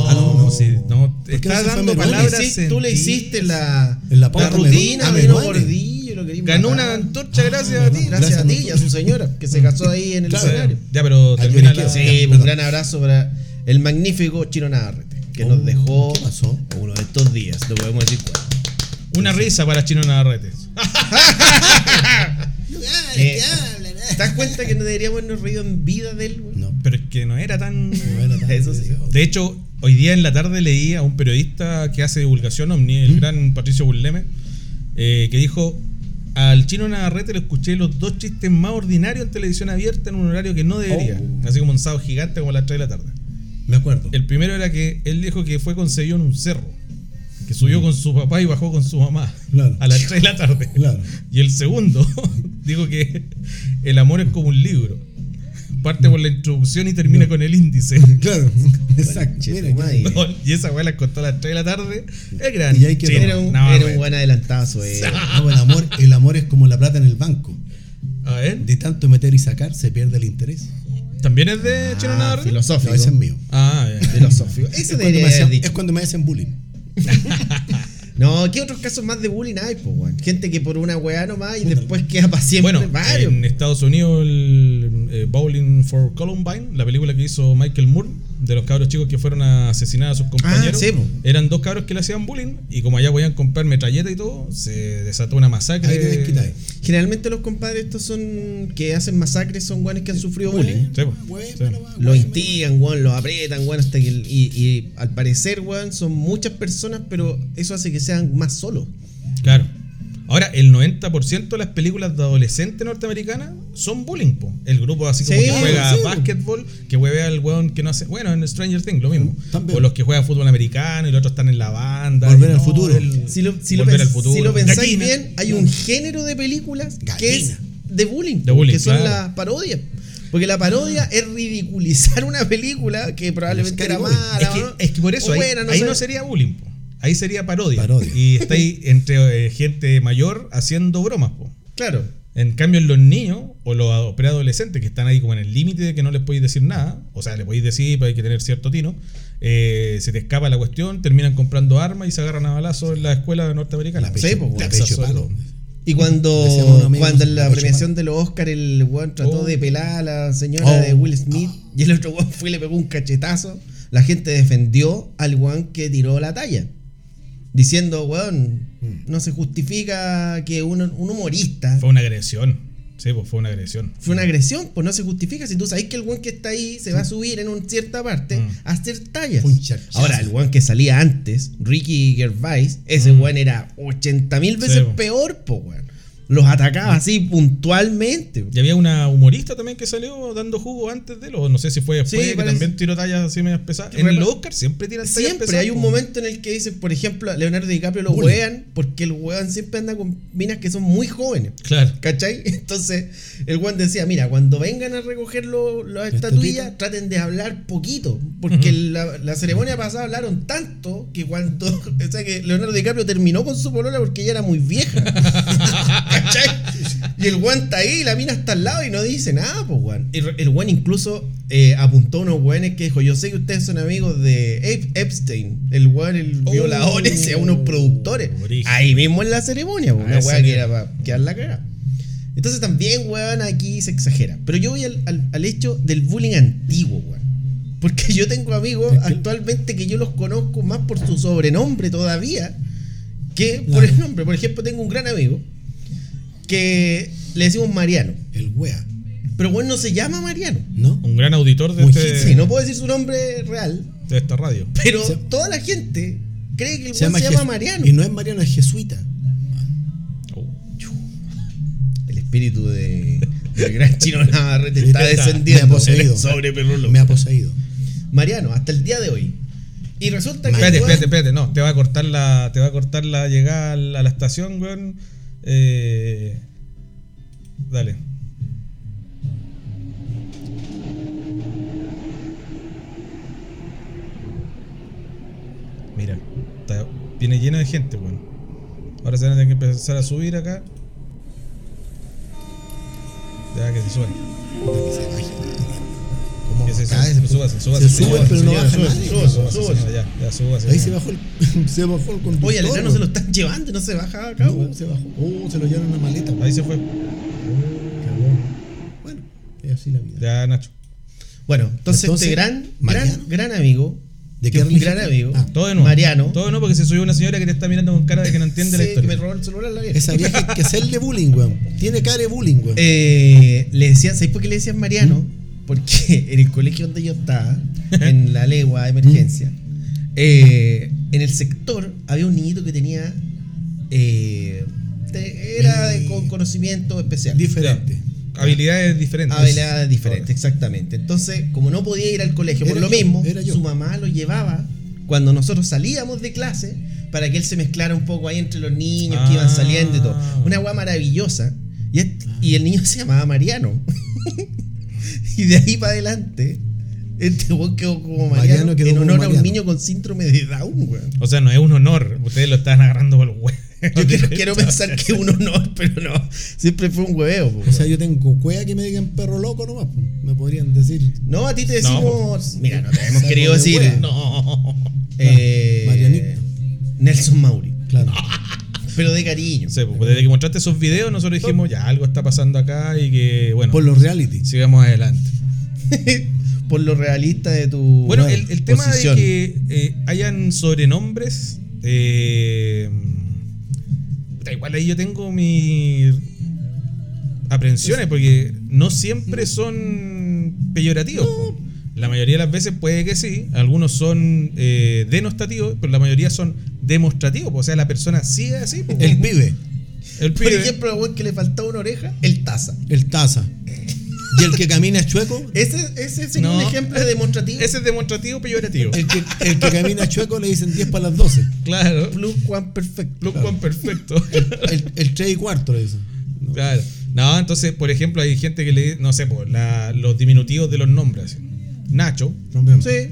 [SPEAKER 4] Ah, no, no.
[SPEAKER 2] sí, no,
[SPEAKER 4] qué
[SPEAKER 2] está
[SPEAKER 4] no se fue
[SPEAKER 2] dando
[SPEAKER 4] Meroni?
[SPEAKER 3] Tú le
[SPEAKER 2] palabras.
[SPEAKER 3] hiciste- Tú le
[SPEAKER 2] sentidas.
[SPEAKER 3] hiciste la,
[SPEAKER 4] En la pauta
[SPEAKER 3] rutina,
[SPEAKER 4] Meroni.
[SPEAKER 3] vino
[SPEAKER 4] Ah, Meroni.
[SPEAKER 3] gordillo, lo querías
[SPEAKER 2] Ganó
[SPEAKER 3] matar.
[SPEAKER 2] una antorcha gracias
[SPEAKER 4] Ah,
[SPEAKER 2] a ti.
[SPEAKER 4] verdad.
[SPEAKER 3] Gracias a ti
[SPEAKER 4] Gracias a
[SPEAKER 3] y a su señora, que se casó ahí en el
[SPEAKER 4] Claro.
[SPEAKER 3] escenario.
[SPEAKER 2] Ya, pero
[SPEAKER 4] Ah,
[SPEAKER 2] termina
[SPEAKER 4] yo le
[SPEAKER 2] la.
[SPEAKER 4] quiero-
[SPEAKER 3] Sí,
[SPEAKER 4] perdón.
[SPEAKER 3] un gran abrazo para el magnífico Chino Navarrete, que
[SPEAKER 4] Oh,
[SPEAKER 3] nos dejó
[SPEAKER 4] ¿qué pasó?
[SPEAKER 3] uno de estos días, no podemos decir cuál.
[SPEAKER 2] Una risa para Chino Navarrete. Ah,
[SPEAKER 4] Lugares
[SPEAKER 3] Eh,
[SPEAKER 4] hablan.
[SPEAKER 3] ¿Te *laughs* das cuenta que no deberíamos habernos reído en vida de él? güey?
[SPEAKER 4] No,
[SPEAKER 2] Pero es que no era
[SPEAKER 4] *laughs*
[SPEAKER 2] tan.
[SPEAKER 4] no era tan
[SPEAKER 3] Eso sí.
[SPEAKER 4] deseado.
[SPEAKER 2] De hecho, hoy día en la tarde leí a un periodista que hace divulgación Omni,
[SPEAKER 4] ¿Mm?
[SPEAKER 2] el gran Patricio Burleme, eh, que dijo: Al chino Navarrete le escuché los dos chistes más ordinarios en televisión abierta en un horario que no debería.
[SPEAKER 4] Oh.
[SPEAKER 2] Así como un sábado gigante como a las 3 de la tarde.
[SPEAKER 4] Me acuerdo.
[SPEAKER 2] El primero era que él dijo que fue concebido en un cerro. Que subió con su papá y bajó con su mamá.
[SPEAKER 4] Mm. Claro.
[SPEAKER 2] A las 3 de la tarde.
[SPEAKER 4] Claro.
[SPEAKER 2] Y el segundo *laughs* dijo que el amor es como un libro. Parte por la introducción y termina con el índice.
[SPEAKER 4] Claro, exacto.
[SPEAKER 3] *laughs* Conche
[SPEAKER 4] Mira,
[SPEAKER 3] tu madre.
[SPEAKER 2] No, y esa weá la contó a las 3 de la tarde. Es grande.
[SPEAKER 4] Y ahí quedó.
[SPEAKER 3] Era un,
[SPEAKER 2] no,
[SPEAKER 3] era un
[SPEAKER 2] bueno.
[SPEAKER 3] buen adelantazo, eh.
[SPEAKER 4] no, el, amor, el amor es como la plata en el banco.
[SPEAKER 2] A ver.
[SPEAKER 4] De tanto meter y sacar, se pierde el interés.
[SPEAKER 2] ¿También es de Chino
[SPEAKER 3] Ah,
[SPEAKER 2] Navarro?
[SPEAKER 3] filosófico.
[SPEAKER 4] No, ese es mío.
[SPEAKER 2] Ah, ya.
[SPEAKER 3] Filosófico. Ese
[SPEAKER 4] Es cuando, me
[SPEAKER 3] debería haber
[SPEAKER 4] hacen,
[SPEAKER 3] dicho.
[SPEAKER 4] es cuando me hacen bullying.
[SPEAKER 3] No, ¿qué otros casos más de bullying hay, po, weón? Gente que por una weá nomás y después queda para siempre
[SPEAKER 2] Bueno,
[SPEAKER 3] varios.
[SPEAKER 2] en Estados Unidos el eh, Bowling for Columbine, la película que hizo Michael Moore de los cabros chicos que fueron a asesinar a sus compañeros,
[SPEAKER 3] Ah, sí, po.
[SPEAKER 2] eran dos cabros que le hacían bullying y como allá podían comprar metralleta y todo, se desató una masacre.
[SPEAKER 4] Ahí te
[SPEAKER 3] Eh,
[SPEAKER 4] desquitáis.
[SPEAKER 3] Generalmente los compadres estos son que hacen masacres, son weones que han sufrido bullying.
[SPEAKER 2] Sí, po.
[SPEAKER 4] Güey,
[SPEAKER 2] Sí.
[SPEAKER 4] me lo va,
[SPEAKER 3] Lo
[SPEAKER 4] güey, me
[SPEAKER 3] instigan, weón, lo aprietan, weón, hasta que... el- y, y al parecer, weón, son muchas personas, pero eso hace que sean más solos.
[SPEAKER 2] Claro. Ahora, el 90% de las películas de adolescentes norteamericanas son bullying, po. El grupo así como
[SPEAKER 3] Sí,
[SPEAKER 2] que juega
[SPEAKER 4] sí.
[SPEAKER 2] básquetbol, que huevea al weón que no hace. Bueno, en Stranger Things lo mismo.
[SPEAKER 4] Mm, También.
[SPEAKER 2] O los que juegan fútbol americano y los otros están en la banda.
[SPEAKER 4] Volver
[SPEAKER 2] y
[SPEAKER 4] al
[SPEAKER 2] no,
[SPEAKER 4] futuro.
[SPEAKER 3] Si lo, si lo
[SPEAKER 2] Volver
[SPEAKER 3] pens-
[SPEAKER 2] al futuro.
[SPEAKER 3] si lo pensáis
[SPEAKER 2] Gallina.
[SPEAKER 3] bien, hay un género de películas que es
[SPEAKER 4] Gallina.
[SPEAKER 3] de bullying,
[SPEAKER 2] De bullying,
[SPEAKER 3] que son
[SPEAKER 2] claro.
[SPEAKER 3] las parodias. Porque la parodia es ridiculizar una película que probablemente
[SPEAKER 4] Buscar
[SPEAKER 3] era
[SPEAKER 4] el bullying.
[SPEAKER 3] mala.
[SPEAKER 2] Es
[SPEAKER 3] ¿no?
[SPEAKER 2] que, es que por eso
[SPEAKER 3] O
[SPEAKER 2] ahí,
[SPEAKER 3] buena,
[SPEAKER 2] ahí no,
[SPEAKER 3] sé.
[SPEAKER 2] sería bullying, po. ahí sería parodia.
[SPEAKER 4] Parodia.
[SPEAKER 2] Y está ahí entre eh, gente mayor haciendo bromas. po.
[SPEAKER 3] Claro.
[SPEAKER 2] En cambio, en los niños o los ado- preadolescentes que están ahí como en el límite de que no les podéis decir nada, o sea, les podéis decir, pero hay que tener cierto tino, eh, se te escapa la cuestión, terminan comprando armas y se agarran a balazos en la escuela norteamericana.
[SPEAKER 4] La pecho,
[SPEAKER 3] Sí, pues,
[SPEAKER 4] la
[SPEAKER 3] weón,
[SPEAKER 4] pecho
[SPEAKER 2] Texas,
[SPEAKER 4] palo.
[SPEAKER 3] Y
[SPEAKER 4] Decíamos
[SPEAKER 3] cuando,
[SPEAKER 4] unos amigos,
[SPEAKER 3] cuando en
[SPEAKER 4] la
[SPEAKER 3] la
[SPEAKER 4] Chopin.
[SPEAKER 3] premiación de los Oscar el weón trató
[SPEAKER 2] Oh.
[SPEAKER 3] de pelar a la señora
[SPEAKER 4] Oh.
[SPEAKER 3] de Will Smith y el otro weón fue y le pegó un cachetazo, la gente defendió al weón que tiró la talla. Diciendo, weón, no se justifica que un, un humorista
[SPEAKER 2] Fue una agresión. Sí, pues fue una agresión.
[SPEAKER 3] Fue una agresión, pues no se justifica. Si tú sabes que el weón que está ahí se va a subir en una cierta parte
[SPEAKER 2] Mm.
[SPEAKER 3] a hacer tallas.
[SPEAKER 4] Fue un charchazo.
[SPEAKER 3] Ahora, el weón que salía antes, Ricky Gervais, ese weón era 80 mil veces
[SPEAKER 2] Mm. po. Mm.
[SPEAKER 3] peor, po, weón. Los atacaba así puntualmente.
[SPEAKER 2] Y había una humorista también que salió dando jugo antes de él, o no sé si fue después,
[SPEAKER 3] Sí,
[SPEAKER 2] que
[SPEAKER 3] parece-
[SPEAKER 2] también tiró tallas así medias pesadas. En
[SPEAKER 3] Repa-
[SPEAKER 2] el Oscar siempre tiran tallas
[SPEAKER 3] Siempre
[SPEAKER 2] pesadas,
[SPEAKER 3] hay un
[SPEAKER 2] po.
[SPEAKER 3] momento en el que dicen, por ejemplo, a Leonardo DiCaprio lo
[SPEAKER 4] Bullying.
[SPEAKER 3] wean porque el weón siempre anda con minas que son muy jóvenes.
[SPEAKER 2] Claro.
[SPEAKER 3] ¿Cachai? *laughs* Entonces, el Juan decía, mira, cuando vengan a recoger lo- las estatuillas,
[SPEAKER 4] estatuitas.
[SPEAKER 3] traten de hablar poquito. Porque
[SPEAKER 2] Ujú.
[SPEAKER 3] la, la ceremonia pasada hablaron tanto que cuando. *laughs* O sea, que Leonardo DiCaprio terminó con su polola porque ella era muy vieja. *laughs* ¿Cachai? Y el Juan está ahí, la mina está al lado y no dice nada, pues, Juan. El, el Juan incluso eh, apuntó a unos weones que dijo, yo sé que ustedes son amigos de Ep- Epstein. El Juan, el
[SPEAKER 2] Oh.
[SPEAKER 3] violador ese, a unos productores.
[SPEAKER 2] Origen.
[SPEAKER 3] Ahí mismo en la ceremonia, pues,
[SPEAKER 2] A
[SPEAKER 3] una
[SPEAKER 2] ese
[SPEAKER 3] weá que
[SPEAKER 2] nivel.
[SPEAKER 3] era para quedar la cara. Entonces también, weón, aquí se exagera. Pero yo voy al, al- al hecho del bullying antiguo, weón. Porque yo tengo amigos actualmente que yo los conozco más por su sobrenombre todavía que por
[SPEAKER 4] Claro.
[SPEAKER 3] el nombre. Por ejemplo, tengo un gran amigo que le decimos Mariano.
[SPEAKER 4] El wea,
[SPEAKER 3] Pero weón no se llama Mariano.
[SPEAKER 4] ¿no?
[SPEAKER 2] Un gran auditor de,
[SPEAKER 4] Muy
[SPEAKER 2] este-
[SPEAKER 3] Sí, no puedo decir su nombre real,
[SPEAKER 2] de esta radio.
[SPEAKER 3] pero
[SPEAKER 4] Se-
[SPEAKER 3] toda la gente cree que el weón se llama,
[SPEAKER 4] Jesu-
[SPEAKER 3] Mariano.
[SPEAKER 4] Y no es Mariano, es jesuita.
[SPEAKER 2] Oh.
[SPEAKER 3] El espíritu de, El gran chino
[SPEAKER 2] *laughs*
[SPEAKER 3] Navarrete está
[SPEAKER 2] Me ha
[SPEAKER 3] descendiendo
[SPEAKER 4] poseído.
[SPEAKER 3] sobre Perú
[SPEAKER 4] Me ha poseído.
[SPEAKER 3] Mariano, hasta el día de hoy. Y resulta que.
[SPEAKER 2] Espérate,
[SPEAKER 3] el weón-
[SPEAKER 2] espérate, espérate, no, te va a cortar la, te va a cortar la llegada a la, a la estación, weón. Eh, dale. Mira, está- viene lleno de gente, weón. Ahora se van a tener que empezar a subir acá. Ya que se suban.
[SPEAKER 4] Como
[SPEAKER 2] Que se,
[SPEAKER 4] cada vez
[SPEAKER 2] suban, súbase, súbase,
[SPEAKER 4] Ah, se sube,
[SPEAKER 2] señor,
[SPEAKER 4] pero no
[SPEAKER 2] señor,
[SPEAKER 4] baja
[SPEAKER 2] súbase,
[SPEAKER 4] nadie.
[SPEAKER 2] señor, súbase, señor, Ya, ya, súbase,
[SPEAKER 4] Ahí
[SPEAKER 2] señor.
[SPEAKER 4] se bajó el, *laughs* se bajó el conductor.
[SPEAKER 3] Oye, al enano
[SPEAKER 4] weón.
[SPEAKER 3] se lo están llevando, no se baja acá,
[SPEAKER 4] No,
[SPEAKER 3] weón.
[SPEAKER 4] se bajó. Oh, se lo llevaron en una maleta. weón.
[SPEAKER 2] Ahí se fue.
[SPEAKER 4] Cagó. Bueno, es así la vida.
[SPEAKER 2] Ya, Nacho.
[SPEAKER 3] Bueno, entonces,
[SPEAKER 4] Entonces,
[SPEAKER 3] este gran,
[SPEAKER 4] Mariano.
[SPEAKER 3] gran, gran amigo.
[SPEAKER 4] ¿De qué
[SPEAKER 3] que es un
[SPEAKER 4] religión?
[SPEAKER 3] gran amigo.
[SPEAKER 4] Ah,
[SPEAKER 2] Todo de nuevo.
[SPEAKER 3] Mariano.
[SPEAKER 2] Todo de nuevo porque se subió una señora que te está mirando con cara de que no entiende la
[SPEAKER 3] Sí, que me
[SPEAKER 2] historia.
[SPEAKER 3] robó el celular la vieja.
[SPEAKER 4] Esa vieja hay que hacerle bullying, weón. Tiene cara de bullying, weón.
[SPEAKER 3] Eh, le decían, ¿sabes por qué le decían Mariano? Porque en el colegio donde yo estaba, en la legua de emergencia, eh, en el sector había un niñito que tenía. eh, te- era de- con conocimiento especial.
[SPEAKER 4] Diferente.
[SPEAKER 2] Ya. Habilidades diferentes.
[SPEAKER 3] Habilidades diferentes, exactamente. Entonces, como no podía ir al colegio por
[SPEAKER 4] Era
[SPEAKER 3] lo
[SPEAKER 4] yo,
[SPEAKER 3] mismo,
[SPEAKER 4] era yo.
[SPEAKER 3] su mamá lo llevaba cuando nosotros salíamos de clase para que él se mezclara un poco ahí entre los niños que iban
[SPEAKER 2] Ah.
[SPEAKER 3] saliendo y todo. Una agua maravillosa. Y, est- y el niño se llamaba Mariano. *laughs* y de ahí para adelante, este weón quedó como Mariano,
[SPEAKER 4] Mariano quedó
[SPEAKER 3] en
[SPEAKER 4] como
[SPEAKER 3] honor a un
[SPEAKER 4] Mariano.
[SPEAKER 3] niño con síndrome de Down,
[SPEAKER 4] *laughs*
[SPEAKER 3] weón.
[SPEAKER 2] O sea, no es un honor. Ustedes lo están agarrando por el huevo.
[SPEAKER 3] Yo quiero, quiero pensar que un honor, pero no. Siempre fue un hueveo. po,
[SPEAKER 4] O sea,
[SPEAKER 3] weón.
[SPEAKER 4] yo tengo cuea que me digan perro loco nomás. po. Me podrían decir.
[SPEAKER 3] no, a ti te
[SPEAKER 2] No, po.
[SPEAKER 3] decimos. mira, no te hemos
[SPEAKER 4] Saco
[SPEAKER 3] querido
[SPEAKER 4] de
[SPEAKER 3] decir.
[SPEAKER 4] hueá.
[SPEAKER 2] No.
[SPEAKER 3] Eh,
[SPEAKER 4] Marianito.
[SPEAKER 3] Nelson Mauri.
[SPEAKER 4] Claro.
[SPEAKER 3] Pero de cariño.
[SPEAKER 2] No sé, pues, desde que mostraste esos videos, nosotros dijimos, ya algo está pasando acá y que, bueno,
[SPEAKER 4] Por los reality.
[SPEAKER 2] sigamos adelante.
[SPEAKER 3] Por lo realista de tu.
[SPEAKER 2] Bueno,
[SPEAKER 3] nueva
[SPEAKER 2] el, el tema
[SPEAKER 3] posición.
[SPEAKER 2] de que eh, hayan sobrenombres. eh, puta, igual ahí yo tengo mis aprensiones, porque no siempre son peyorativos. po. La mayoría de las veces puede que sí. Algunos son eh, denostativos, pero la mayoría son demostrativos. po. O sea, la persona sigue así. po.
[SPEAKER 4] El pibe.
[SPEAKER 2] El
[SPEAKER 3] Por
[SPEAKER 2] pibe-
[SPEAKER 3] ejemplo, el weón que le faltaba una oreja, el taza.
[SPEAKER 4] El taza. Y el que camina es chueco.
[SPEAKER 3] Ese, ese sería
[SPEAKER 2] No. eh,
[SPEAKER 3] un ejemplo de demostrativo.
[SPEAKER 2] Ese es demostrativo peyorativo.
[SPEAKER 4] El que, el que camina chueco le dicen 10 para las 12.
[SPEAKER 2] Claro.
[SPEAKER 3] plus Juan perfecto.
[SPEAKER 2] Plus one perfecto.
[SPEAKER 4] El, el 3 y cuarto le dicen. No.
[SPEAKER 2] Claro. No, entonces, por ejemplo, hay gente que le no sé, por la- los diminutivos de los nombres. Nacho,
[SPEAKER 4] Rompemos.
[SPEAKER 3] Sí,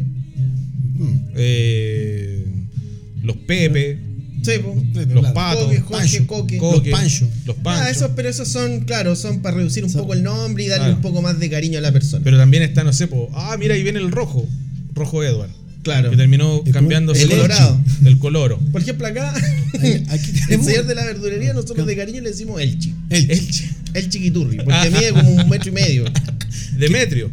[SPEAKER 4] Mm.
[SPEAKER 2] eh, los Pepe,
[SPEAKER 3] sí, po.
[SPEAKER 4] Pepe,
[SPEAKER 2] los
[SPEAKER 4] claro.
[SPEAKER 2] Patos,
[SPEAKER 3] Coque, Jorge,
[SPEAKER 4] Pancho.
[SPEAKER 3] Coque.
[SPEAKER 4] Co-
[SPEAKER 2] Coque,
[SPEAKER 4] los Pancho.
[SPEAKER 2] los Pancho.
[SPEAKER 3] Ah, esos, pero esos son, claro, son para reducir un
[SPEAKER 4] Son-
[SPEAKER 3] poco el nombre y darle
[SPEAKER 2] Claro.
[SPEAKER 3] un poco más de cariño a la persona.
[SPEAKER 2] Pero también está, no sé, po, ah, mira, ahí viene el rojo, rojo Edward,
[SPEAKER 3] claro.
[SPEAKER 2] que terminó
[SPEAKER 4] El
[SPEAKER 2] cambiando
[SPEAKER 3] el colorado.
[SPEAKER 2] el coloro.
[SPEAKER 3] Por ejemplo, acá,
[SPEAKER 4] Ahí- Aquí
[SPEAKER 3] *laughs* el
[SPEAKER 4] tenemos.
[SPEAKER 3] señor de la verdulería, nosotros de cariño le decimos Elchi.
[SPEAKER 4] El
[SPEAKER 2] El ch-
[SPEAKER 3] El chiquiturri, porque
[SPEAKER 2] Ah.
[SPEAKER 3] mide como un metro
[SPEAKER 2] *laughs*
[SPEAKER 3] y medio.
[SPEAKER 2] Demetrio.